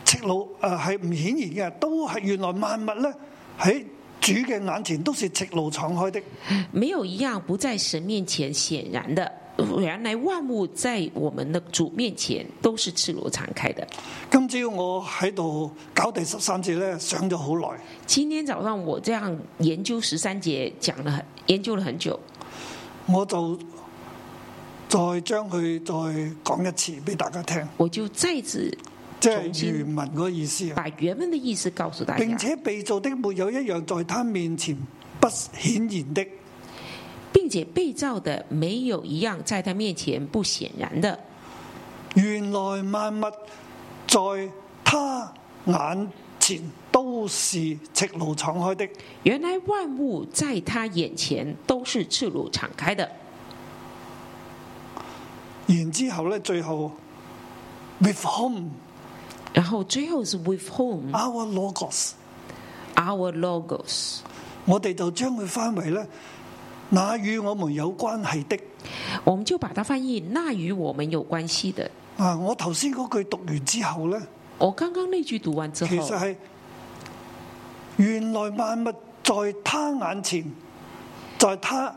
B: 赤露誒係唔顯然嘅，都係原來萬物呢喺主嘅眼前都是赤露敞開的。
C: 没有一样不在神面前显然的。原来万物在我们的主面前都是赤裸敞开的。
B: 今朝我喺度搞第十三節呢，想咗好耐，
C: 今天早上我这样研究十三节，讲了很研究了很久，
B: 我就再將佢再講一次俾大家聽，
C: 我就再次
B: 即
C: 重
B: 係
C: 新
B: 原文嗰個意思啊。
C: 把原文的意思告诉大家，
B: 並且被造的沒有一樣在他面前不顯然的。
C: 并且被造的没有一样在他面前不显然的。
B: 原來萬物在他眼前都是赤露敞開的。
C: 原来万物在他眼前都是赤裸敞开的。
B: 然之後咧，最後 with whom
C: 然后最后是 with whom
B: our logos，
C: our logos，
B: 我哋就將佢翻為咧那與我們有關係的。
C: 我们就把它翻译那与我们有关系的。
B: 啊！我頭先嗰句讀完之後咧，
C: 我刚刚那句读完之
B: 其實
C: 后，
B: 係原來萬物在他眼前，在他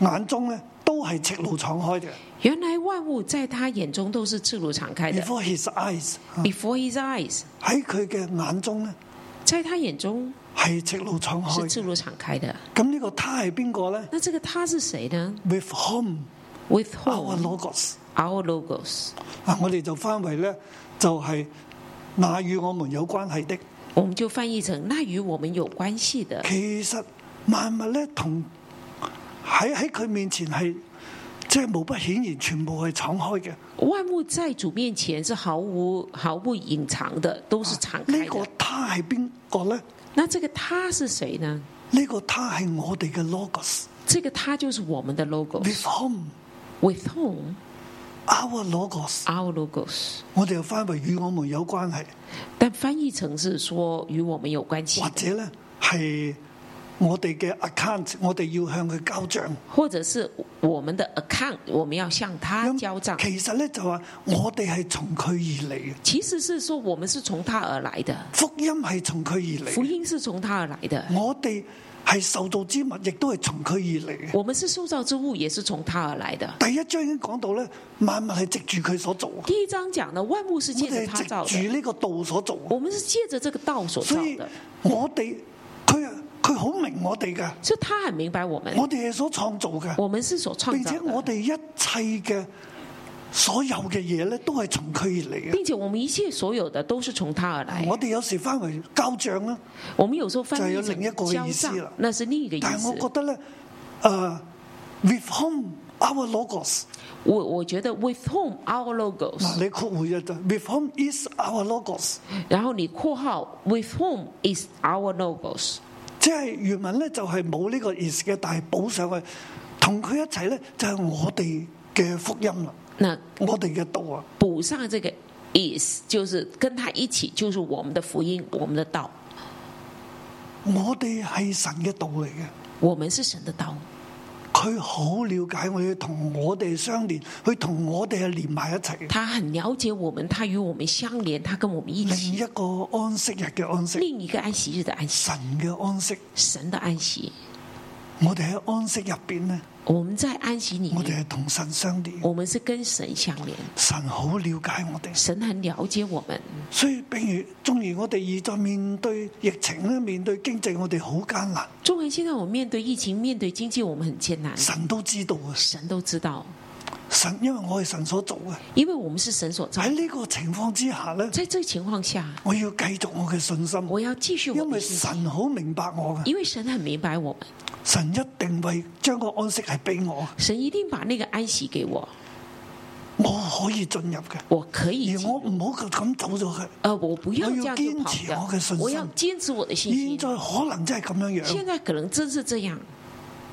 B: 眼中咧都係赤露敞開嘅。
C: 原来万物在他眼中都是赤裸敞开的。
B: Before his eyes，啊
C: Before his eyes，
B: 喺佢嘅眼中咧
C: 在他眼中
B: 係赤露敞
C: 是
B: 開
C: 赤
B: 嘅。
C: 裸敞开的。
B: 咁呢個他係邊個咧
C: 那这个他是谁呢
B: ？With whom
C: ？With
B: our
C: whom
B: logos？
C: our logos？
B: 啊，我哋就翻為咧就係、那與我們有關係的。
C: 我们就翻译成那与我们有关系的。
B: 其實萬物咧同喺喺佢面前係即係無不顯然，全部係敞開嘅。
C: 万物在主面前是毫无毫不隐藏的，都是敞
B: 呢、
C: 开
B: 個
C: 的。
B: 他係邊個咧？
C: 那这个他是谁呢？
B: 呢、個他係我哋嘅 logos，with
C: 这个他就是我们的 logos。
B: whom
C: With whom
B: our logos，
C: our logos？
B: 我哋又翻為與我們有關係，
C: 但翻译成是说与我们有关系
B: 或
C: 的，
B: 者咧係我哋嘅 account，我哋要向佢交帳。
C: 或者是我们的 account，我们要向他啊交账。
B: 其實咧就話我哋係從佢而嚟嘅，
C: 其实是说我们是从他而来的，
B: 福音係從佢而嚟
C: 福
B: 嘅。
C: 音是从他而来的，
B: 我哋係受造之物，亦都係從佢而嚟嘅。
C: 我们是塑造之物，也是从他而来的。
B: 第一章已經講到咧，萬物係藉住佢所做，我
C: 第一章讲的万物是借着
B: 哋
C: 他造
B: 係
C: 的
B: 藉，住呢個道所做，
C: 我们是借着这个道所造
B: 所以
C: 的，
B: 我哋佢佢好明我哋噶，
C: 所以他很明白我们，
B: 我哋係所創造嘅，
C: 嗯我们是所创
B: 並
C: 造
B: 且我
C: 的，
B: 哋一切嘅所有嘅嘢咧，都係從佢而嚟嘅。
C: 并且我们一切所有的都是从他而来。
B: 我哋有時翻為交帳啦，
C: 我们有时候翻译
B: 就有另一个
C: 成
B: 嘅
C: 交
B: 意思啦
C: 账，那是另一个意
B: 但係我覺
C: 思。
B: 得咧，诶、w i t h whom our logos
C: 我我觉得 with whom our
B: 嗱，
C: logos，
B: 你括弧一就 with whom is our logos。
C: 然后你括号 with whom is our logos，
B: 即係原文咧就係冇呢個 is 嘅，但係補上去，同佢一齊咧就係我哋嘅福音啦，
C: 那
B: 我哋嘅道啊。
C: 补上这个 is，就是跟他一起，就是我们的福音，我们的道，
B: 我哋係神嘅道嚟嘅，
C: 我们是神的道。
B: 佢好了解我哋，同我哋相連，佢同我哋係連埋一齊。
C: 他很了解我们，他与我们相连，他跟我们一
B: 另
C: 起。
B: 一個安息日嘅安息，
C: 另一个安息日的安息，
B: 神嘅安息，
C: 神的安息，
B: 我哋喺安息入邊咧，
C: 我们在安息里
B: 我哋
C: 面，
B: 係同神相連。
C: 我们是跟神相连，
B: 神好了解我哋，
C: 神很了解我们。
B: 所以譬如縱然我哋現在面對疫情咧，面對經濟，我哋好艱難，
C: 纵然现在我们面对疫情、面对经济，我们很艰难，
B: 神都知道啊。
C: 神都知道，
B: 神，因為我係神所做嘅。
C: 因为我们是神所造
B: 喺。呢個情況之下咧，
C: 在这个情况下，
B: 我要繼續我嘅信心，
C: 我要继续我
B: 因
C: 们
B: 為
C: 的信心，
B: 神好明白我嘅，
C: 因为神很明白我们，
B: 神一定為將個安息係俾我，
C: 神一定把那个安息给我，
B: 我可以進入嘅，
C: 我可以
B: 而
C: 进
B: 我
C: 入。
B: 唔好咁走咗去。
C: 呃，我不要
B: 我要
C: 这样就跑
B: 坚持我
C: 掉
B: 的信，心
C: 我要坚持我的信
B: 現
C: 心。
B: 在可能真係咁樣樣，
C: 现在可能真是这样，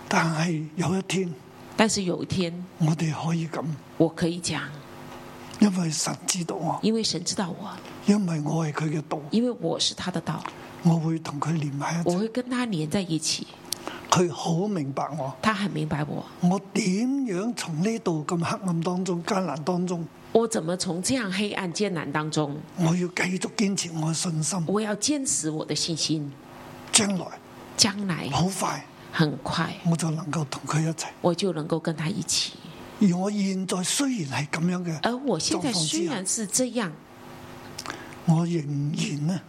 B: 但係有一天
C: 但是有一天
B: 我哋可以咁，
C: 我可以讲，
B: 因為神知道我，
C: 因为神知道我，
B: 因為我係佢嘅道，
C: 因为我是他的道，
B: 我會同佢連埋一
C: 我
B: 齊。
C: 会跟他连在一起。
B: 佢好明白我，
C: 他很明白我，
B: 我點樣從呢度咁黑暗當中、艱難當中，
C: 我怎么从这样黑暗艰难当中，
B: 我要繼續堅持我嘅信心。
C: 我要坚持我的信心。
B: 將來
C: 将来
B: 好快
C: 很快
B: 我就能夠同佢一齊。
C: 我就能够跟他一起。
B: 而我現在雖然係咁樣嘅，
C: 而我现在
B: 状况之
C: 虽
B: 下
C: 然是这样，
B: 我仍然呢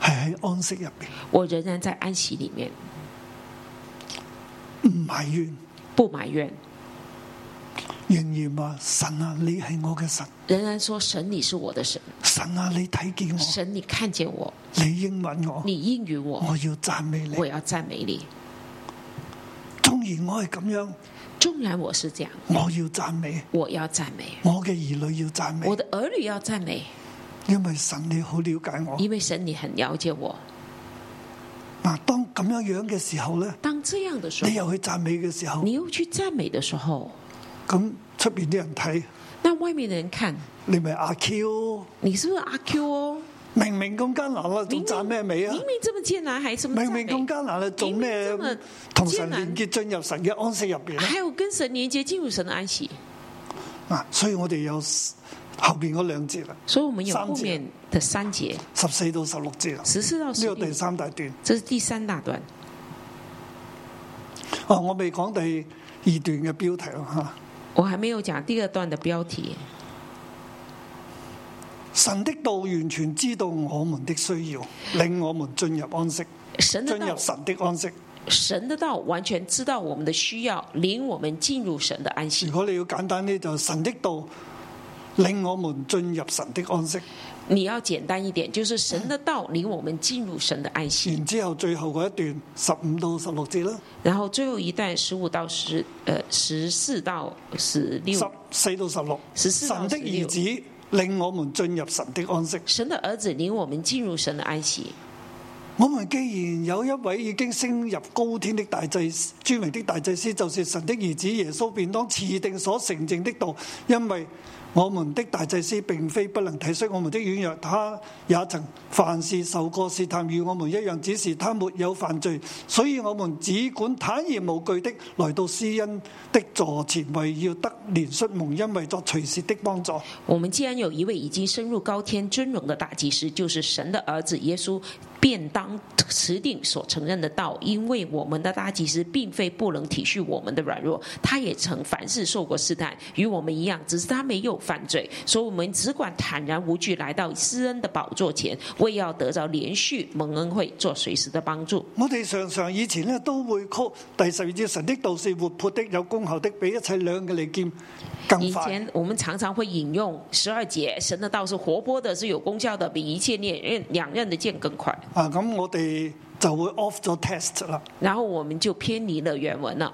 B: 係喺安息入边，
C: 我仍然在安息里面，
B: 唔埋怨，
C: 不埋怨，
B: 仍然話神啊，你係我嘅神，
C: 仍然说神你是我的神，
B: 神啊，你睇見我，
C: 神你看见我，
B: 你應允我，
C: 你应允我，
B: 我要讚美你。
C: 我要赞美你。
B: 縱然我係咁樣，
C: 纵然我是这样，
B: 我要讚美，
C: 我要赞美，
B: 我嘅兒女要讚美
C: 我，的儿女要赞美，
B: 因為神你好了解我。
C: 因为神你很了解我。
B: 嗱，當咁樣樣嘅時候咧，
C: 当这样的时
B: 你
C: 候，
B: 又去讚美嘅時候，
C: 你又去赞美的时候，
B: 咁出边啲人睇。
C: 那外面的人看
B: 你咪阿 Q，
C: 你是不是阿 Q 哦？
B: 明明咁艱難啦，
C: 明
B: 仲讚
C: 明
B: 咩美啊
C: 明？明这么艰难，还什么
B: 明
C: 赞
B: 明咁
C: 美？
B: 艱難啦，做咩
C: 明明這麼
B: 同神
C: 艱難
B: 連結進入啊神嘅安息入邊咧？
C: 还有跟神连接进入神的安息。
B: 嗱，所以我哋有後邊嗰兩節啦，
C: 所以我们有
B: 三节
C: 后面的三节，
B: 十四到十六節啦，
C: 十四到
B: 呢
C: 十
B: 個第
C: 六，
B: 三大段。
C: 这是第三大段。
B: 啊，我未講第二段嘅標題啦嚇。
C: 我还没有讲第二段的标题。
B: 神的道完全知道我們的需要，令我們進入安息，
C: 神的
B: 進
C: 道
B: 入，神的安息。
C: 神的道完全知道我们的需要，领我们进入神的安息
B: 如。果你要簡單啲，就神的道令我們進入神的安息。
C: 你要简单一点，就是神的道领我们进入神的安息
B: 然。之後最後嗰一段十五到十六節啦，
C: 然后最后一段十五到十呃十四到
B: 十
C: 十六，
B: 四到十六，
C: 14
B: 神
C: 到
B: 的兒子令我們進入神的安息。
C: 神的儿子领我们进入神的安息。
B: 我們既然有一位已經升入高天的大祭司，著名的大祭司，就是神的兒子耶穌，便當持定所承認的道，因為我們的大祭司並非不能體恤我們的軟弱，他也曾凡事受過試探，與我們一樣，只是他沒有犯罪，所以我們只管坦然無懼的來到施恩的座前，為要得憐恤蒙恩，為作隨時的幫助。
C: 我们既然有一位已经升入高天尊荣的大祭司，就是神的儿子耶稣，便当持定所承认的道，因为我们的大祭司并非不能体恤我们的软弱，他也曾凡事受过试探，与我们一样，只是他没有犯罪，所以我们只管坦然无惧来到施恩的宝座前，为要得着连续蒙恩惠，做随时的帮助。
B: 我哋常常以前咧都會 call 第十二節神的道是活潑的、有功效的，比一切兩嘅利劍更
C: 以
B: 快。
C: 前我们常常会引用十二节，神的道是活泼的，是有功效的，比一切两刃两刃的剑更快。
B: 啊，咁我哋就會 off 咗 test 啦。
C: 然后我们就偏离了原文了，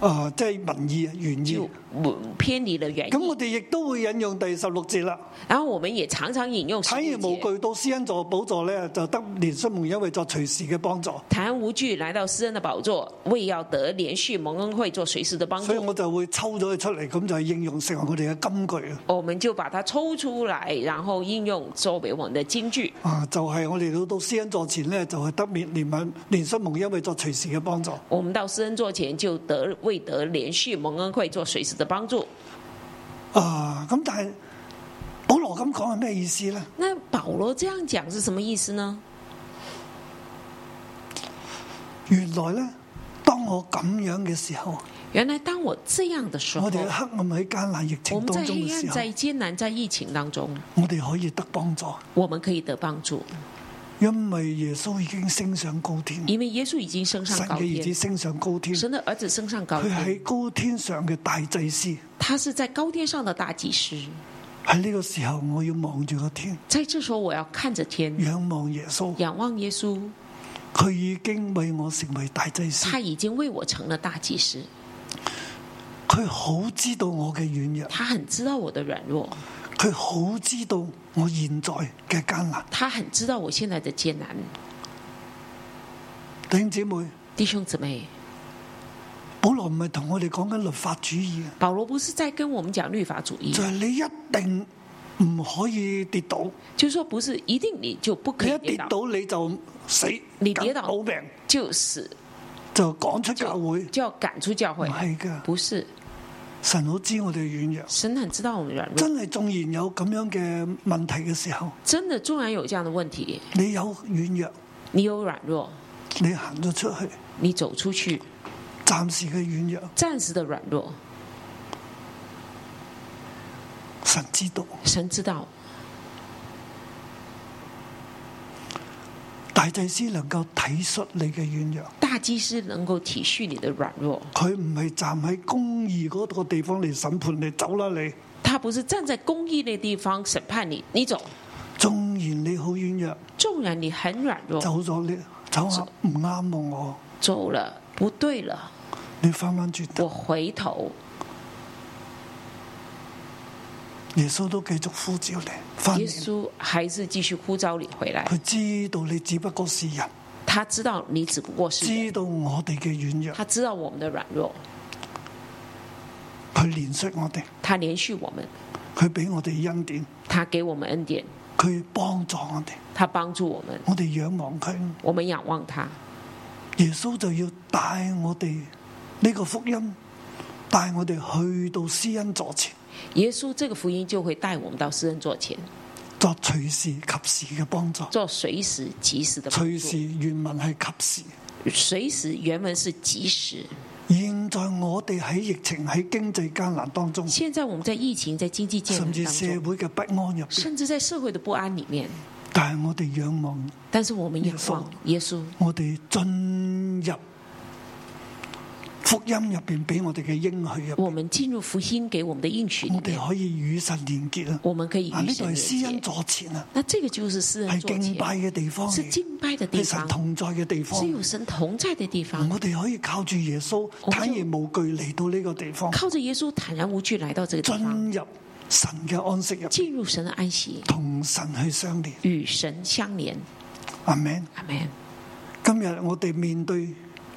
B: 啊，即係民意啊、原意
C: 就。不偏离了原
B: 咁我
C: 意。
B: 哋亦都會引用第十六節啦。
C: 然后我们也常常引用十
B: 坦然
C: 五
B: 無
C: 节。
B: 懼到施恩座寶座咧，就得連出蒙因為作隨時嘅幫助。
C: 坦然无惧来到施恩的宝座，为要得连续蒙恩惠，做随时的帮
B: 所以
C: 助。
B: 我就會抽咗佢出嚟，咁就係應用成為我哋嘅金句啊！
C: 我们就把它抽出来，然后应用作为我们的金句。
B: 啊，就係我哋到到施恩座前咧，就係得免憐憫、連出蒙因為作隨時嘅幫助。
C: 我们到施恩座前就得为得连续蒙恩惠，做随时的帮助。
B: 啊，咁但係保羅咁講係咩意思咧？
C: 那保罗这样讲是什么意思呢？
B: 原來咧，當我咁樣嘅時候，啊
C: 原来当我这样的时候
B: 我，哋喺黑暗喺艱難疫
C: 我
B: 情
C: 们
B: 當
C: 在
B: 中
C: 黑
B: 嘅
C: 暗、
B: 時
C: 在
B: 候，
C: 艰难、在疫情当中，
B: 我哋可以得幫助，
C: 我们可以得帮助。
B: 因為耶穌已經升上高天，
C: 因为耶稣已经升上
B: 神
C: 高
B: 嘅兒子
C: 天，
B: 升上高天，
C: 神的儿子升上高
B: 佢
C: 天，
B: 喺高天上嘅大祭司。
C: 他是在高天上的大祭司。
B: 喺呢個時候，我要望住個天，
C: 在这时候，我要看着天，
B: 仰望耶穌。
C: 仰望耶稣，
B: 佢已經為我成為大祭司，
C: 他已经为我成了大祭司，
B: 佢好知道我嘅軟弱，
C: 他很知道我的软弱，
B: 佢好知道我現在嘅艱難。
C: 他很知道我现在的艰难。
B: 弟兄姊妹。
C: 弟兄姊妹，
B: 保羅唔係同我哋講緊律法主義啊，
C: 保罗不是在跟我们讲律法主义
B: 就，係你一定唔可以跌倒，
C: 就是说不是一定你就不可
B: 你
C: 以
B: 一
C: 跌
B: 跌
C: 倒，
B: 倒你就死，
C: 你跌倒
B: 冇命
C: 就死，
B: 就趕出教會，
C: 就要赶出教
B: 唔
C: 会。
B: 係噶，
C: 不是，
B: 神好知我哋軟弱，
C: 神很知道我们软弱。
B: 真係縱然有咁樣嘅問題嘅時候，
C: 真的，纵然有这样的问题，
B: 你有軟弱，
C: 你有软弱，
B: 你行咗出去，
C: 你走出去，
B: 暫時嘅軟弱，
C: 暂时的软弱，
B: 神知道，
C: 神知道
B: 大祭司能夠體恤你嘅軟弱。
C: 大祭司能够体恤你的软弱，
B: 佢唔係站喺公義嗰個地方嚟審判你，走啦你！
C: 他不是站在公义的地方审判你，你走。
B: 縱然你好軟弱，
C: 纵然你很软弱，
B: 走咗你走下唔啱喎我，
C: 走了不对了，
B: 你翻翻轉頭，
C: 我回头，
B: 耶穌都繼續呼召你翻
C: 耶
B: 嚟。
C: 稣还是继续呼召你回来。
B: 佢知道你只不過是人，
C: 他知道你只不过是人，
B: 知道我哋嘅軟弱，
C: 他知道我们的软弱，
B: 佢憐恤我哋，
C: 他连续我们，
B: 佢俾我哋恩典，
C: 他给我们恩典，
B: 佢幫助我哋，
C: 他帮助我们，
B: 我哋仰望佢。
C: 我们仰望他。
B: 耶穌就要帶我哋呢個福音，帶我哋去到施恩座前，
C: 耶稣这个福音就会带我们到施恩座前，
B: 作隨時及時嘅幫助。
C: 做随时及时的帮
B: 隨
C: 助。
B: 時原文係及時。
C: 随时原文是及时。
B: 現在我哋喺疫情喺經濟艱難當中，
C: 现在我们在疫情、在经济艰
B: 甚
C: 难
B: 至
C: 当
B: 社
C: 中，
B: 會嘅不安入邊，
C: 甚至在社会的不安里面，
B: 但係我哋仰望，
C: 但是我们仰望耶稣，
B: 我哋進入福音入邊俾我哋嘅應許入邊，
C: 我们进入福音给我们的应许里
B: 我
C: 面，
B: 哋可以與神連結啊！
C: 我们可以
B: 啊，
C: 与
B: 呢度
C: 神
B: 係施
C: 连
B: 恩
C: 接。
B: 座前啊，
C: 那这个就是私人
B: 係
C: 座
B: 敬拜
C: 前，啊
B: 嘅地方
C: 是
B: 嚟，
C: 敬拜的地
B: 係神
C: 方，
B: 同在嘅地方
C: 是。有神同在的地方。
B: 我哋可以靠住耶穌
C: 我就
B: 坦然無懼嚟到呢個地方，
C: 靠着耶稣坦然无惧来到这个地方，
B: 進入神嘅安息入邊，
C: 进入神的安息，
B: 同神去相連。
C: 与神相连。
B: 阿 Man，
C: 阿门。
B: 今日我哋面對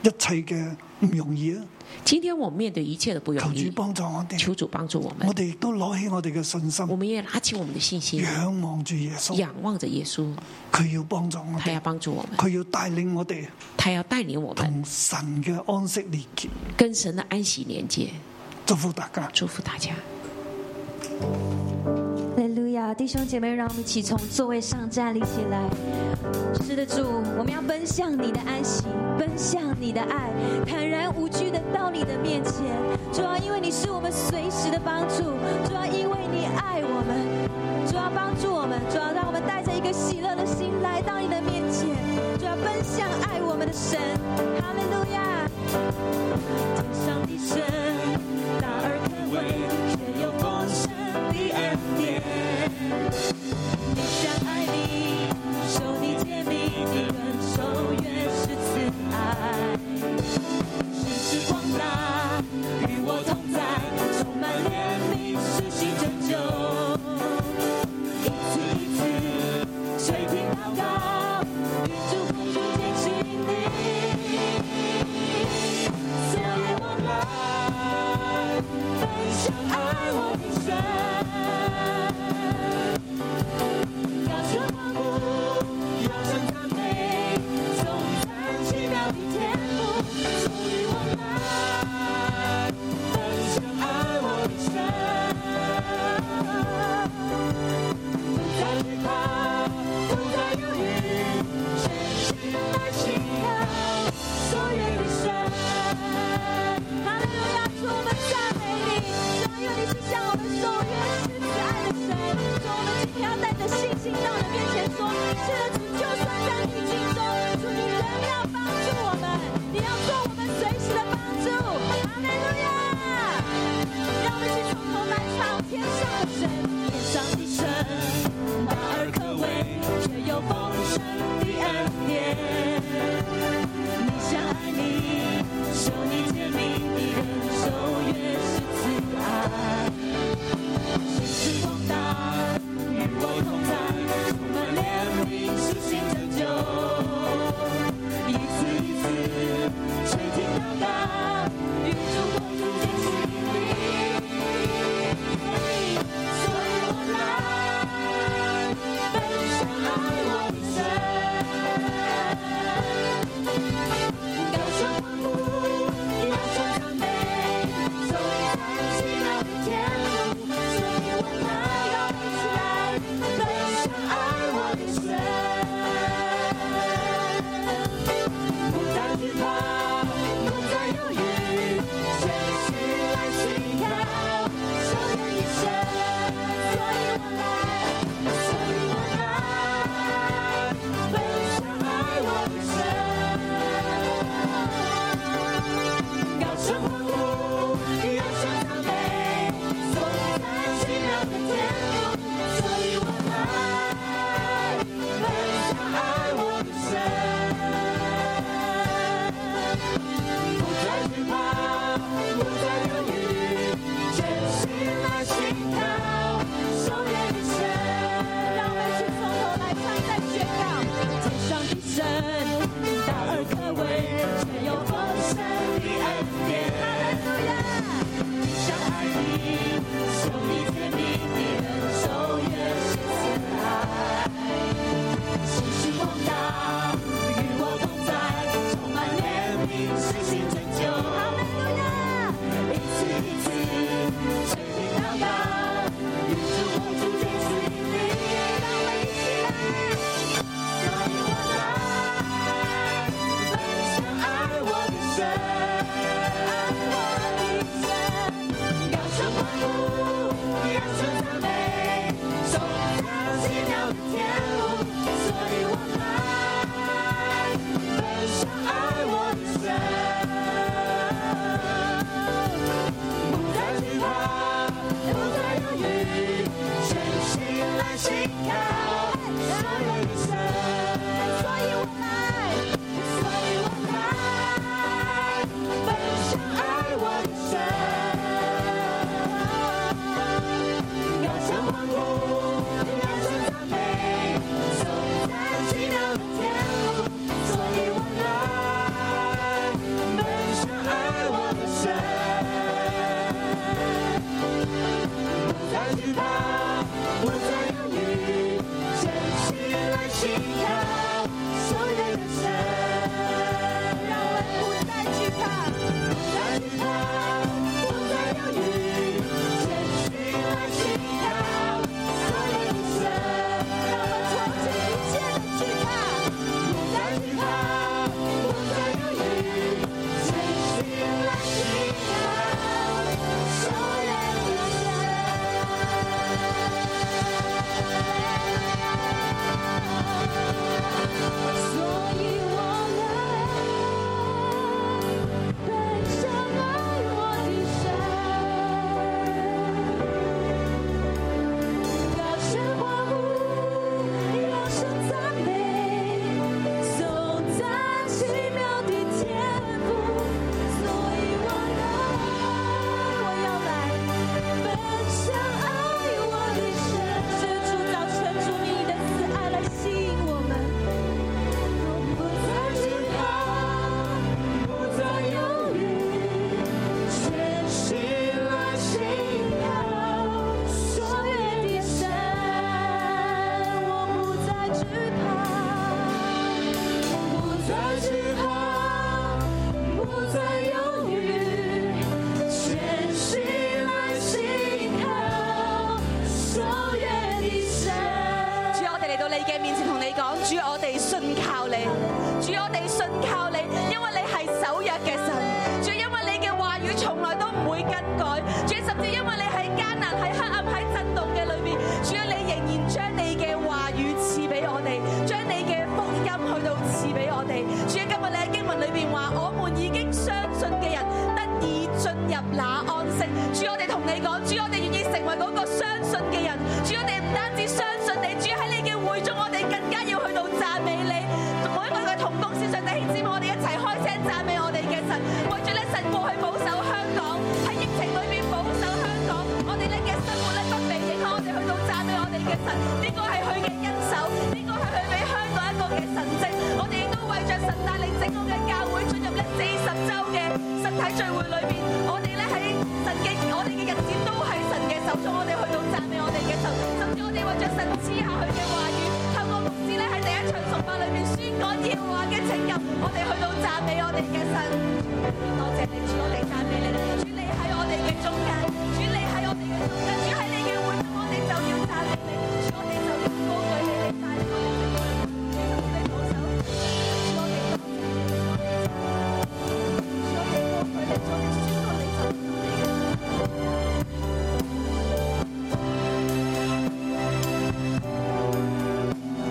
B: 一切嘅唔容易啊！
C: 今天我们面对一切的不
B: 求
C: 容易
B: 主，幫助我哋，
C: 求主帮助我们
B: 我，哋亦都攞起我哋嘅信
C: 我
B: 心，
C: 们也拿起我们的信心，
B: 仰望住耶穌，
C: 仰啊望着耶稣，
B: 佢要幫助我
C: 他
B: 哋
C: 要，帮助我们，
B: 佢要帶領我哋
C: 他要带领我们
B: 同神嘅安息連結。
C: 跟神的安息连接。
B: 祝福大家。
C: 祝福大家。
D: 哈利路亚，弟兄姐妹，让我们一起从座位上站立起来。是的，主，我们要奔向你的安息，奔向你的爱，坦然无惧的到你的面前。主要因为你是我们随时的帮助，主要因为你爱我们，主要啊帮助我们，主要啊让我们带着一个喜乐的心来到你的面前，主啊要奔向爱我们的神。哈利路亚。天上的神，大而可畏，却有丰盛的恩典。你像爱你，手的甜蜜，你更手越是慈爱。神是广大，与我同在，充满怜悯，施行拯救。一次一次，垂听祷告，与主同住天亲你。所以我来分享爱我的神，高声欢呼，高声赞美，颂赞奇妙的天赋。所以我来分享爱我的神，不再惧怕，不再犹豫，全心来信靠所有的神。哈利路亚，主我们赞美你，主因为你是向我们守约施慈爱的神，主我们今天要带着信心到你面前说，是的主，就算在逆境中，主你仍要帮助我们，你要做我们随时的帮助。哈利路亚，让我们一起从头来唱天上的神，天上的神，大而可畏，却又丰盛的恩典。你像爱你，手你甜蜜，你的手越是慈爱。神是广大，与我同在，充满怜悯，施行拯救。一次一次，垂听祷告，与主同住坚持你。所以我来分享爱我的神。奇妙的天路，所以我来分享爱我的神。不再惧怕，不再犹豫，全心来信靠所有的神。所以我来，所以我来分享爱我的神。要向欢呼，要向赞美，走在奇妙的天路，所以我来分享爱我的神。不再惧怕，不再犹豫，真心来信靠所有的神。让我们不再惧怕，不再惧怕，不再犹豫，真心来信靠所有的神。让我们从此不见的惧怕，不再惧怕，不再犹豫，真心来信靠所有的神。所以我来奔向爱我的神，大声欢呼，大声赞美，颂赞奇妙的天赋。所以我来，我要来奔向爱我的神，伸出造伸出你的慈爱来吸引我们。不再惧怕，不再犹豫，全心来信靠所愿的神。我不再惧怕，不再惧怕，不再犹豫，全心来信靠所愿的神。
E: 主，我哋嚟到你嘅面前同你讲，主，我哋信靠你，主，我哋信靠你，因为你系守约嘅神，主，因为你嘅话语从来都唔会更改，主，甚至因为你喺艰难、喺黑暗、喺震动嘅里面，主，你仍然将你嘅话语赐俾我哋，将你嘅福音去到赐俾我哋，主，今日你喺经文里边话，我们已经相信嘅人得以进入那安息，主，我哋同你讲，主，我哋愿意成为嗰個相信嘅人，主，我哋唔單止相信你，主喺你嘅會中，我哋更加要去到讚美你。每一個嘅同工線上弟兄姊妹，我哋一齊開聲讚美我哋嘅神，為咗咧神過去保守香港，喺疫情裏面保守香港，我哋咧嘅生活咧不被影響，我哋去到讚美我哋嘅神，呢個係佢嘅恩手，呢個係佢俾香港一個嘅神蹟。我哋亦都為着神帶領整個嘅教會進入咧四十週嘅實體聚會裏邊，我哋咧喺神嘅我哋嘅日子都係神嘅手中，我哋去到讚美我哋嘅神，甚至我哋為着神賜下佢嘅話語，透過牧師咧喺第一場崇拜裏邊宣講耶和華嘅拯救，我哋去到讚美我哋嘅神。多謝你主，我哋讚美你，主你喺我哋嘅中間，主你喺我哋嘅中間，主喺你嘅會中，我哋就要讚美你，主我哋就要高舉你，你帶領我哋嘅主求你保守，主我哋多謝你，主我哋讚美你。主，我哋高舉你，我哋宣告你就係我哋嘅神。主，我哋讚美你，主，我哋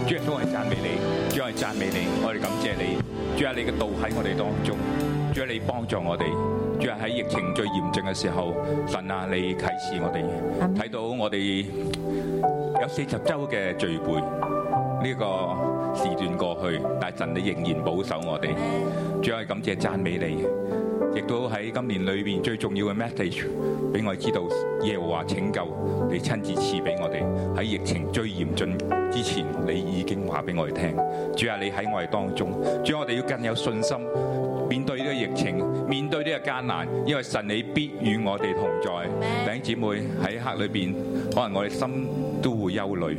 F: 主啊，都係讚美你，主係讚美你，我哋感謝你，主啊，你嘅道喺我哋當中，主啊，你幫助我哋，主啊，喺疫情最嚴峻嘅時候，神啊，你啟示我哋，睇到我哋有四十週嘅聚會呢、個時段過去，但係神你仍然保守我哋，主啊，感謝讚美你。亦都喺今年裏面最重要嘅 message，俾我哋知道耶和華拯救，你親自賜俾我哋。喺疫情最嚴峻之前，你已經話俾我哋聽，主啊，你喺我哋當中，主啊我哋要更有信心面對呢個疫情，面對呢個艱難，因為神你必與我哋同在。弟兄姊妹喺黑裏邊，可能我哋心都會憂慮。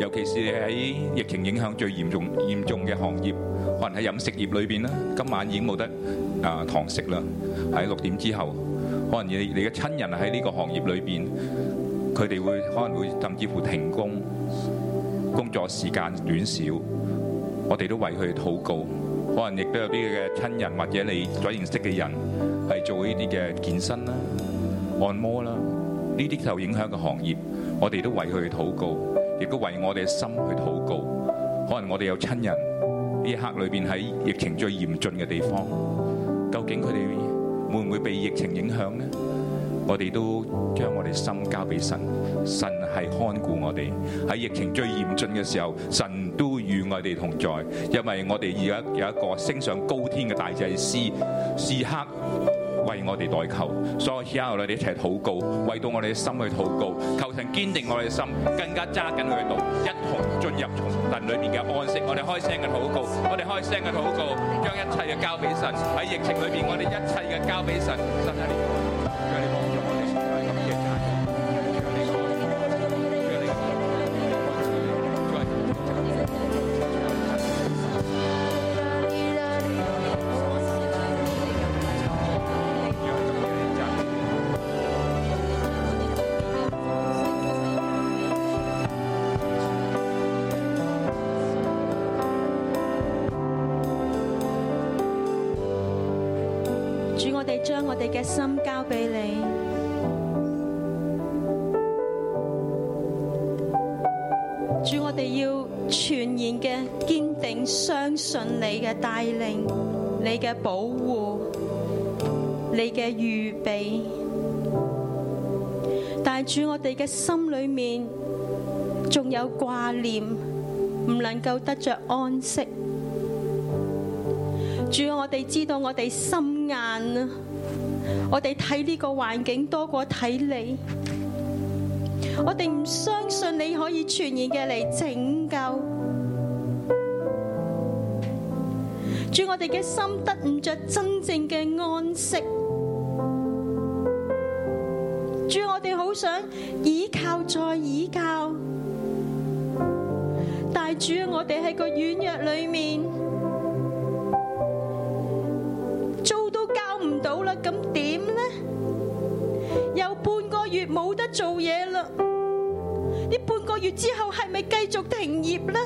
F: 尤其是喺疫情影響最嚴重嚴重嘅行業，可能喺飲食業裏邊啦，今晚已經冇得啊堂食啦，喺六點之後，可能你你嘅親人喺呢個行業裏邊，佢哋會可能會甚至乎停工，工作時間短少，我哋都為佢哋禱告，可能亦都有啲嘅親人或者你所認識嘅人係做呢啲嘅健身啦、按摩啦，呢啲受影響嘅行業，我哋都為佢哋禱告。亦都為我哋嘅心去禱告。可能我哋有親人呢一刻裏邊喺疫情最嚴峻嘅地方，究竟佢哋會唔會被疫情影響呢？我哋都將我哋心交俾神，神係看顧我哋喺疫情最嚴峻嘅時候，神都與我哋同在，因為我哋而家有一個升上高天嘅大祭司，時刻為我哋代求，所以而家我哋一齊禱告，為到我哋嘅心去禱告，求神堅定我哋嘅心，更加揸緊佢嘅道，一同進入從神裏面嘅安息。我哋開聲嘅禱告，我哋開聲嘅禱告，將一切嘅交俾神。喺疫情裏面，我哋一切嘅交俾神。神啊，你讓你幫助我哋，讓你感謝讚美讓你幫助我哋讓你幫助我哋讓你幫助我哋讓你感謝讚美
D: 主，我哋將我哋嘅心交俾你。主，我哋要全然嘅堅定相信你嘅帶領、你嘅保護、你嘅預備。但係主，我哋嘅心裏面仲有掛念，唔能夠得着安息。主，啊我哋知道我哋心硬啊，我哋睇呢個環境多過睇你，我哋唔相信你可以全然嘅嚟拯救。主，我哋嘅心得唔着真正嘅安息。主，我哋好想倚靠再倚靠，但係主，我哋喺個軟弱裏面。做都交唔到啦，咁點呢？有半個月冇得做嘢啦，呢半個月之後係咪繼續停業呢？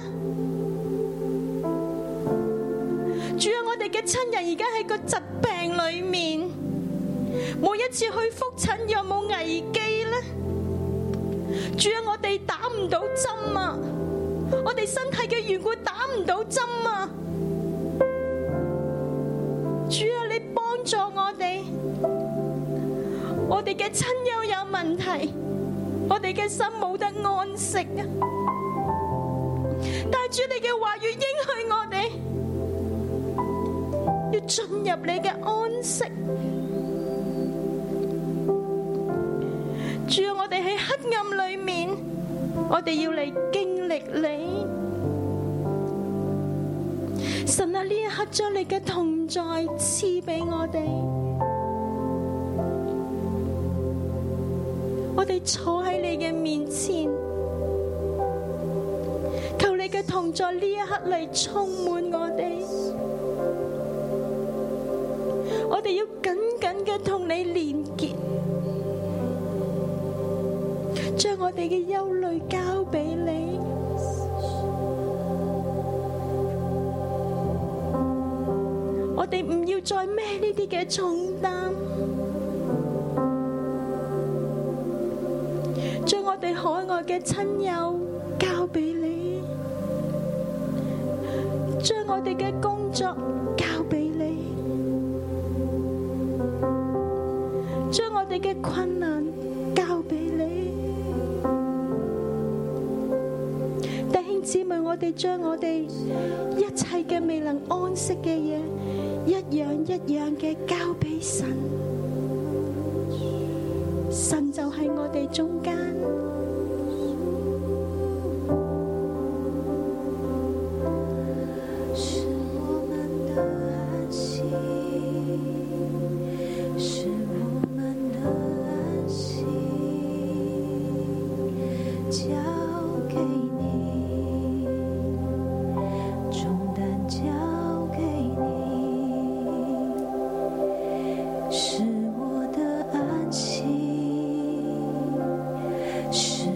D: 主啊，我哋嘅親人而家喺個疾病裏面，每一次去復診有冇危機呢？主啊，我哋打唔到針啊，我哋身體嘅緣故打唔到針啊！主啊，你幫助我哋，我哋嘅親友有問題，我哋嘅心冇得安息啊！但係主你嘅話語應許我哋，要進入你嘅安息。主啊，我哋喺黑暗裏面，我哋要嚟經歷你。神啊，呢一刻將你嘅同在賜俾我哋，我哋坐喺你嘅面前，求你嘅同在呢一刻嚟充滿我哋，我哋要緊緊嘅同你連結，將我哋嘅憂慮交俾你。我哋唔要再孭呢啲嘅重擔，將我哋海外嘅親友交俾你，將我哋嘅工作交俾你，將我哋嘅困難交俾你。弟兄姊妹，我哋將我哋一切嘅未能安息嘅嘢，一樣一樣嘅交俾神，神就喺我哋中間。
G: 是我们的安息，是我们的安息，交给你，重担交给你，是我的安息，是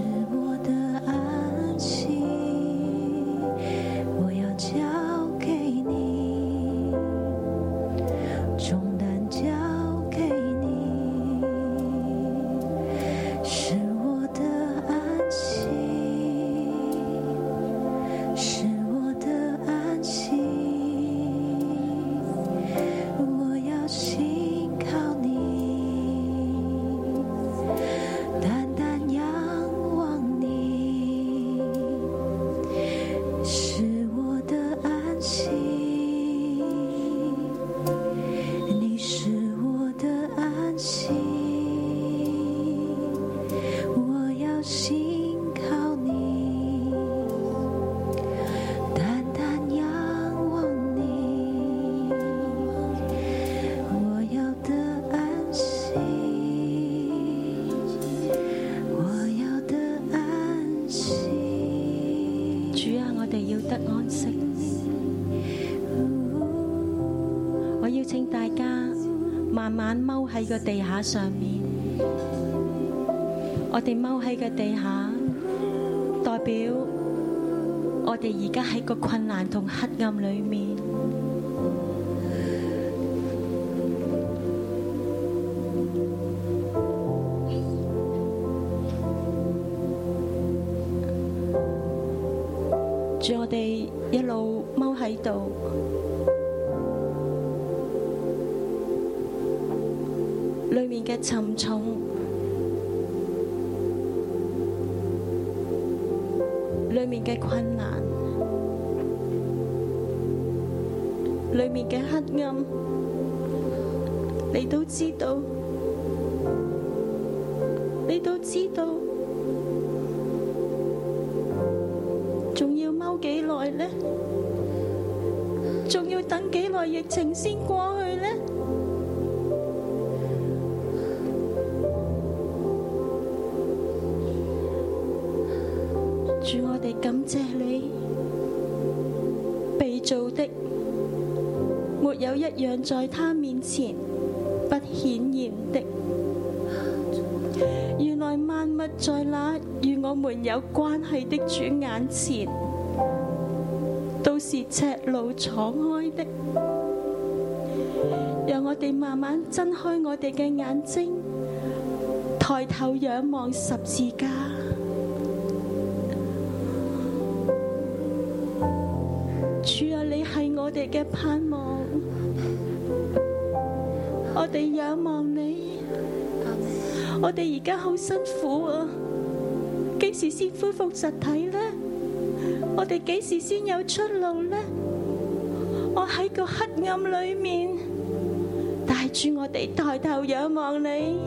G: 是我的安息。我要信靠你，单单仰望你，是我的安息。你是我的安息。我要信靠你，单单仰望你，我要的安息，我要的安息。
E: 主啊，我哋要得安息。我邀请大家慢慢踎喺个地下上面。我哋踎喺个地下，代表我哋而家喺个困难同黑暗里面。住我哋一路踎喺度。里面嘅沉重，里面嘅困難，里面嘅黑暗，你都知道，你都知道，仲要踎幾耐呢？仲要等幾耐疫情先過去呢？主，我哋感謝你，被造的沒有一樣在他面前不顯現的。原來萬物在那與我們有關係的主眼前，都是赤露敞開的。讓我哋慢慢睜開我哋嘅眼睛，抬頭仰望十字架。主啊，你系我哋嘅盼望，我哋仰望你。我哋而家好辛苦啊，几时先恢复实体呢？我哋几时先有出路呢？我喺个黑暗里面，带住我哋抬头仰望你，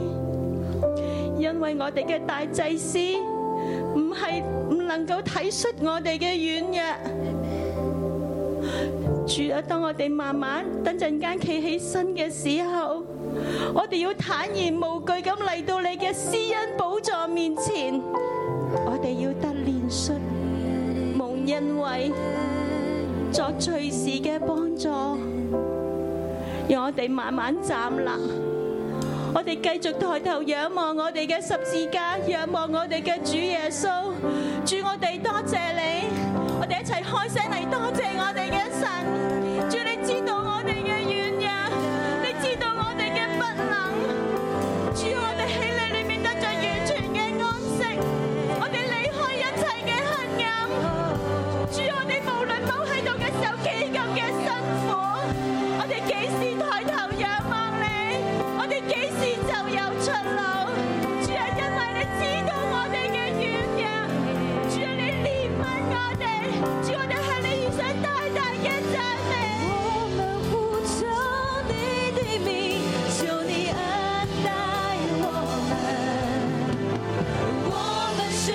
E: 因为我哋嘅大祭司唔系唔能够体恤我哋嘅软弱。主啊，当我哋慢慢等阵间企起身嘅时候，我哋要坦然无惧咁嚟到你嘅施恩宝座面前，我哋要得怜恤、蒙恩惠、作随时嘅帮助，让我哋慢慢站立。我哋繼續抬頭仰望我哋嘅十字架，仰望我哋嘅主耶穌。主，我哋多謝你，我哋一齊開聲嚟多謝我哋嘅神。主，你知道我哋嘅軟弱，你知道我哋嘅不能。主，我哋喺你裏面得着完全嘅安息，我哋離開一切嘅黑暗。主，我哋無論踎喺度嘅時候幾咁嘅辛苦，我哋幾時抬頭仰望你，我哋幾時就有出路。主係因為你知道我哋嘅軟弱，主係你憐憫我哋，主我哋向你獻上大大嘅讚美。
G: 我们呼求你的名，求你恩待我们。我们宣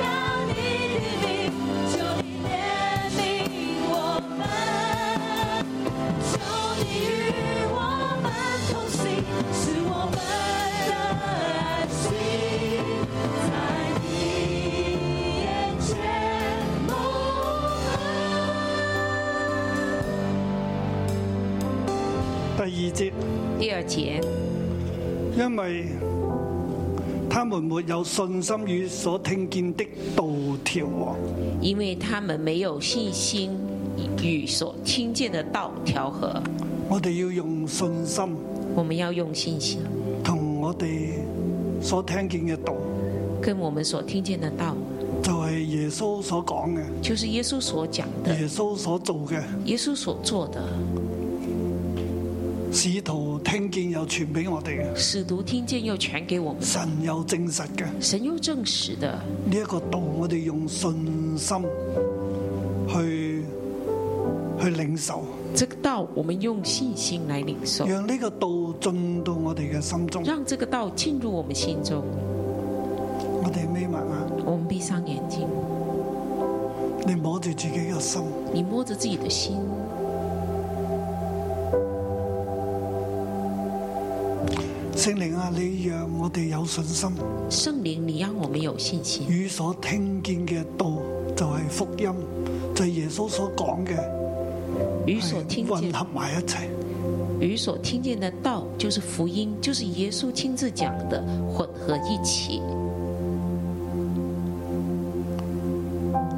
G: 告你的名，求你怜悯我们。求你与我们同行，是我们的安息。在你眼前蒙恩。
B: 第二節，
C: 第二节，
B: 因為他們沒有信心與所聽見的道調和。
C: 因为他们没有信心与所听见的道调和，
B: 我哋要用信心
C: 我们要用信心
B: 同我哋所聽見嘅道
C: 跟我们所听见的道
B: 就係耶穌所講嘅，
C: 就是耶稣所讲的，
B: 耶穌所做嘅。
C: 耶稣所做的。
B: 使徒聽見又傳俾我哋嘅，
C: 使徒听见又传给我们，
B: 神又證實嘅
C: 神又证实的
B: 呢一個道，我哋用信心去去領受，
C: 这个道，我们用信心来领受，
B: 讓呢個道進到我哋嘅心中。
C: 让这个道进入我们心中。
B: 我哋眯埋眼，
C: 我们闭上眼睛，
B: 你摸住自己嘅心，
C: 你摸着自己的心，
B: 聖靈啊，你讓我哋有信心，
C: 圣灵，你让我们有信心。
B: 與所聽見嘅道就係福音，就係耶穌所講嘅，
C: 与所
B: 係
C: 听
B: 混
C: 见
B: 合埋一齊。
C: 与所听见的道，就是福音，就是耶稣亲自讲的，混合一起。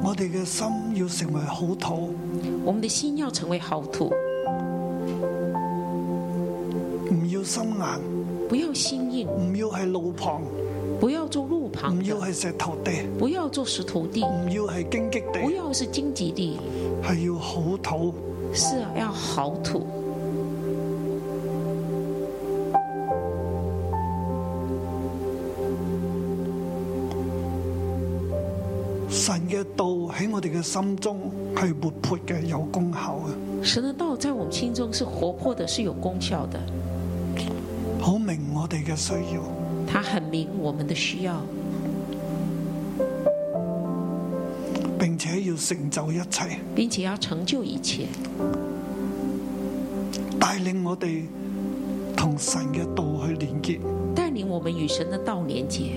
B: 我哋嘅心要成為好土，
C: 我们的心要成为好土，
B: 唔要心硬，
C: 不要心硬，
B: 唔要係路旁，
C: 不要做路旁
B: 唔要
C: 的，
B: 係石頭地，
C: 不要做石头地，
B: 唔要係荊棘
C: 不
B: 地，
C: 要是荆棘地，
B: 係要好土。
C: 是啊要好土。
B: 神嘅道喺我哋嘅心中係活潑嘅，有功效嘅，
C: 神的道在我们心中是活泼的，是有功效的，
B: 好明我哋嘅需要。
C: 它很明我们的需要，
B: 並且要成就一切，
C: 并且要成就一切，
B: 帶領我哋同神嘅道去連結。
C: 带领我们与神的道连接。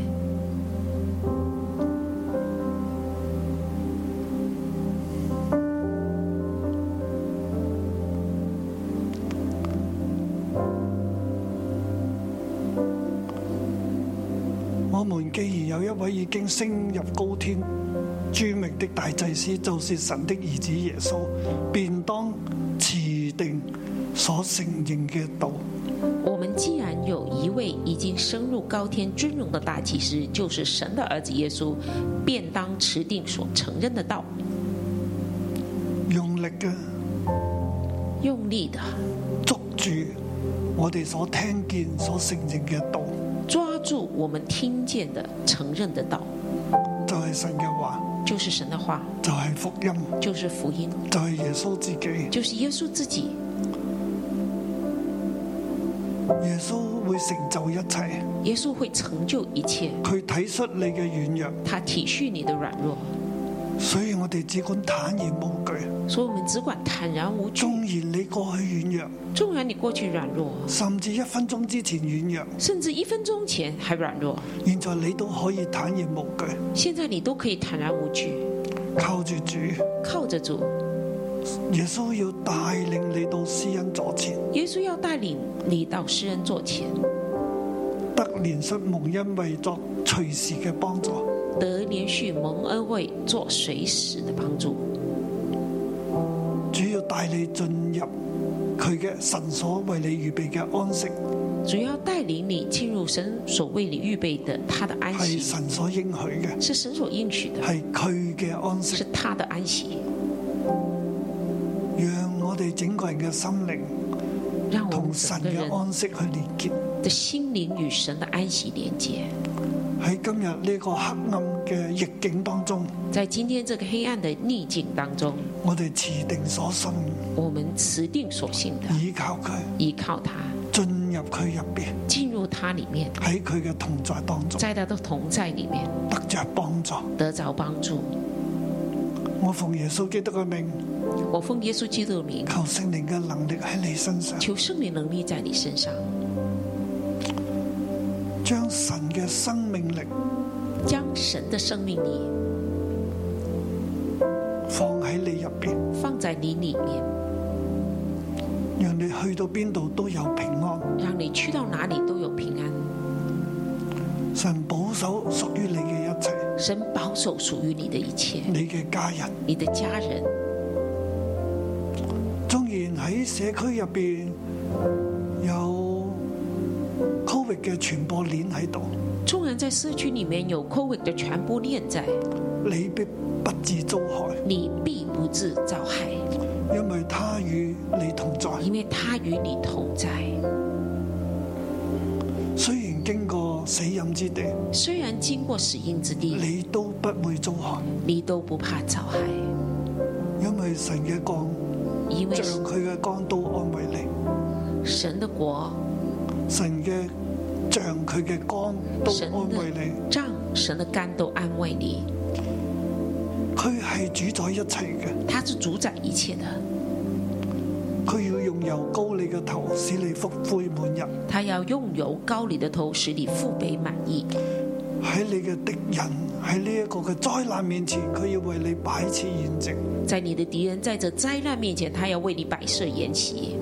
B: 我們既然有一位已經升入高天著名的大祭司，就是神的兒子耶穌，便當持定所承認嘅道。
C: 我们既然有一位已经升入高天尊荣的大祭司，就是神的儿子耶稣，便当持定所承认的道，
B: 用力嘅
C: 用力的
B: 捉住我哋所聽見、所承認嘅道，
C: 抓住我们听见的、承认的道，
B: 就係神嘅話，
C: 就是神的话，
B: 就係福音，
C: 就是福音，
B: 就係耶穌自己。
C: 就是耶稣自己。
B: 耶穌會成就一切，
C: 耶稣会成就一切，
B: 佢體恤你嘅軟弱，
C: 他体恤你的软弱，
B: 所以我哋只管坦然無懼。
C: 所以我们只管坦然无惧
B: 縱。然你過去軟弱，
C: 纵然你过去软弱，
B: 甚至一分鐘之前軟弱。
C: 甚至一分钟前还软弱，
B: 現在你都可以坦然無懼，
C: 现在你都可以坦然无惧，
B: 靠住主，
C: 靠着主。
B: 耶穌要帶領你到施恩座前，
C: 耶稣要带领你到施恩座前，
B: 得憐恤蒙恩惠作隨時嘅幫助。
C: 得连续蒙恩惠，做随时的帮助。
B: 主要帶你進入佢嘅神所為你預備嘅安息，
C: 主要带领你进入神所为你预备的他的安
B: 係
C: 息，
B: 神所應許嘅，
C: 是神所应许的，
B: 係佢嘅安
C: 是
B: 息，
C: 他的安息。
B: 讓我哋整個人嘅心靈
C: 让我们
B: 同神
C: 整个
B: 嘅
C: 人
B: 安息去連結。
C: 的心灵与神的安息连接。
B: 喺今日呢個黑暗嘅逆境當中，
C: 在今天这个黑暗的逆境当中，
B: 我哋持定所信，
C: 我们持定所信的，
B: 倚靠佢，
C: 依靠他，
B: 進入佢入邊。
C: 进入他里面，
B: 喺佢嘅同在當中
C: 在他的同在里面
B: 得着幫助。
C: 得着帮助。
B: 我奉耶穌基督嘅名，
C: 我奉耶稣基督的名，
B: 求聖靈嘅能力喺你身上，
C: 求圣灵能力在你身上，
B: 將神嘅生命力
C: 将神的生命力
B: 放喺你入邊，
C: 放在你里面，
B: 讓你去到邊度都有平安。
C: 让你去到哪里都有平安。
B: 神保守屬於你嘅一切，
C: 神保守属于你的一切，
B: 你嘅家人。
C: 你的家人。
B: 縱然喺社區入邊有 Covid 嘅傳播鏈喺度，
C: 纵然在社区里面有 COVID 的传播链在，
B: 你必不致遭害，
C: 你必不致遭害，
B: 因為他與你同在。
C: 因为他与你同在。
B: 雖然經過死蔭之地，
C: 虽然经过死荫之地，
B: 你都不會遭害，
C: 你都不怕遭害，
B: 因為神嘅光
C: 因为
B: 像佢嘅光都安慰你，
C: 神的国
B: 神嘅像佢嘅光都
C: 神
B: 安慰
C: 的
B: 你。
C: 杖、神的肝都安慰你。
B: 佢係主宰一切嘅，
C: 他是主宰一切的，
B: 佢要用油膏你嘅頭，使你福杯滿溢。
C: 他要用油膏你的头，使你父辈满意。
B: 喺你嘅敵人喺呢一個嘅災難面前，佢要為你擺設筵席。
C: 在你的敌人在这灾难面前，他要为你摆设筵席。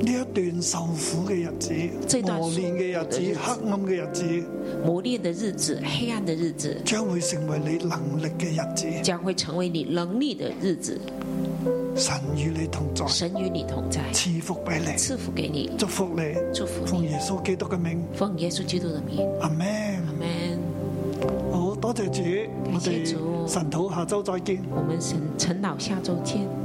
B: 呢一段受苦嘅日子
C: 這、段
B: 磨練嘅日
C: 受苦嘅
B: 子、黑暗嘅
C: 日子
B: 日子，
C: 磨练的日子，黑暗的日子，
B: 將會成為你能力嘅日子。
C: 将会成为你能力的日子。
B: 神與你同在，
C: 神与你同在，
B: 賜福俾你，
C: 赐福给你，
B: 祝福你，
C: 祝福
B: 奉
C: 你。
B: 耶穌基督嘅名，
C: 奉耶稣基督的名，
B: 阿 Man，
C: 阿门。
B: 好多謝主，我
C: 感謝主
B: 哋神土下周再見。
C: 我们神陈老下周见。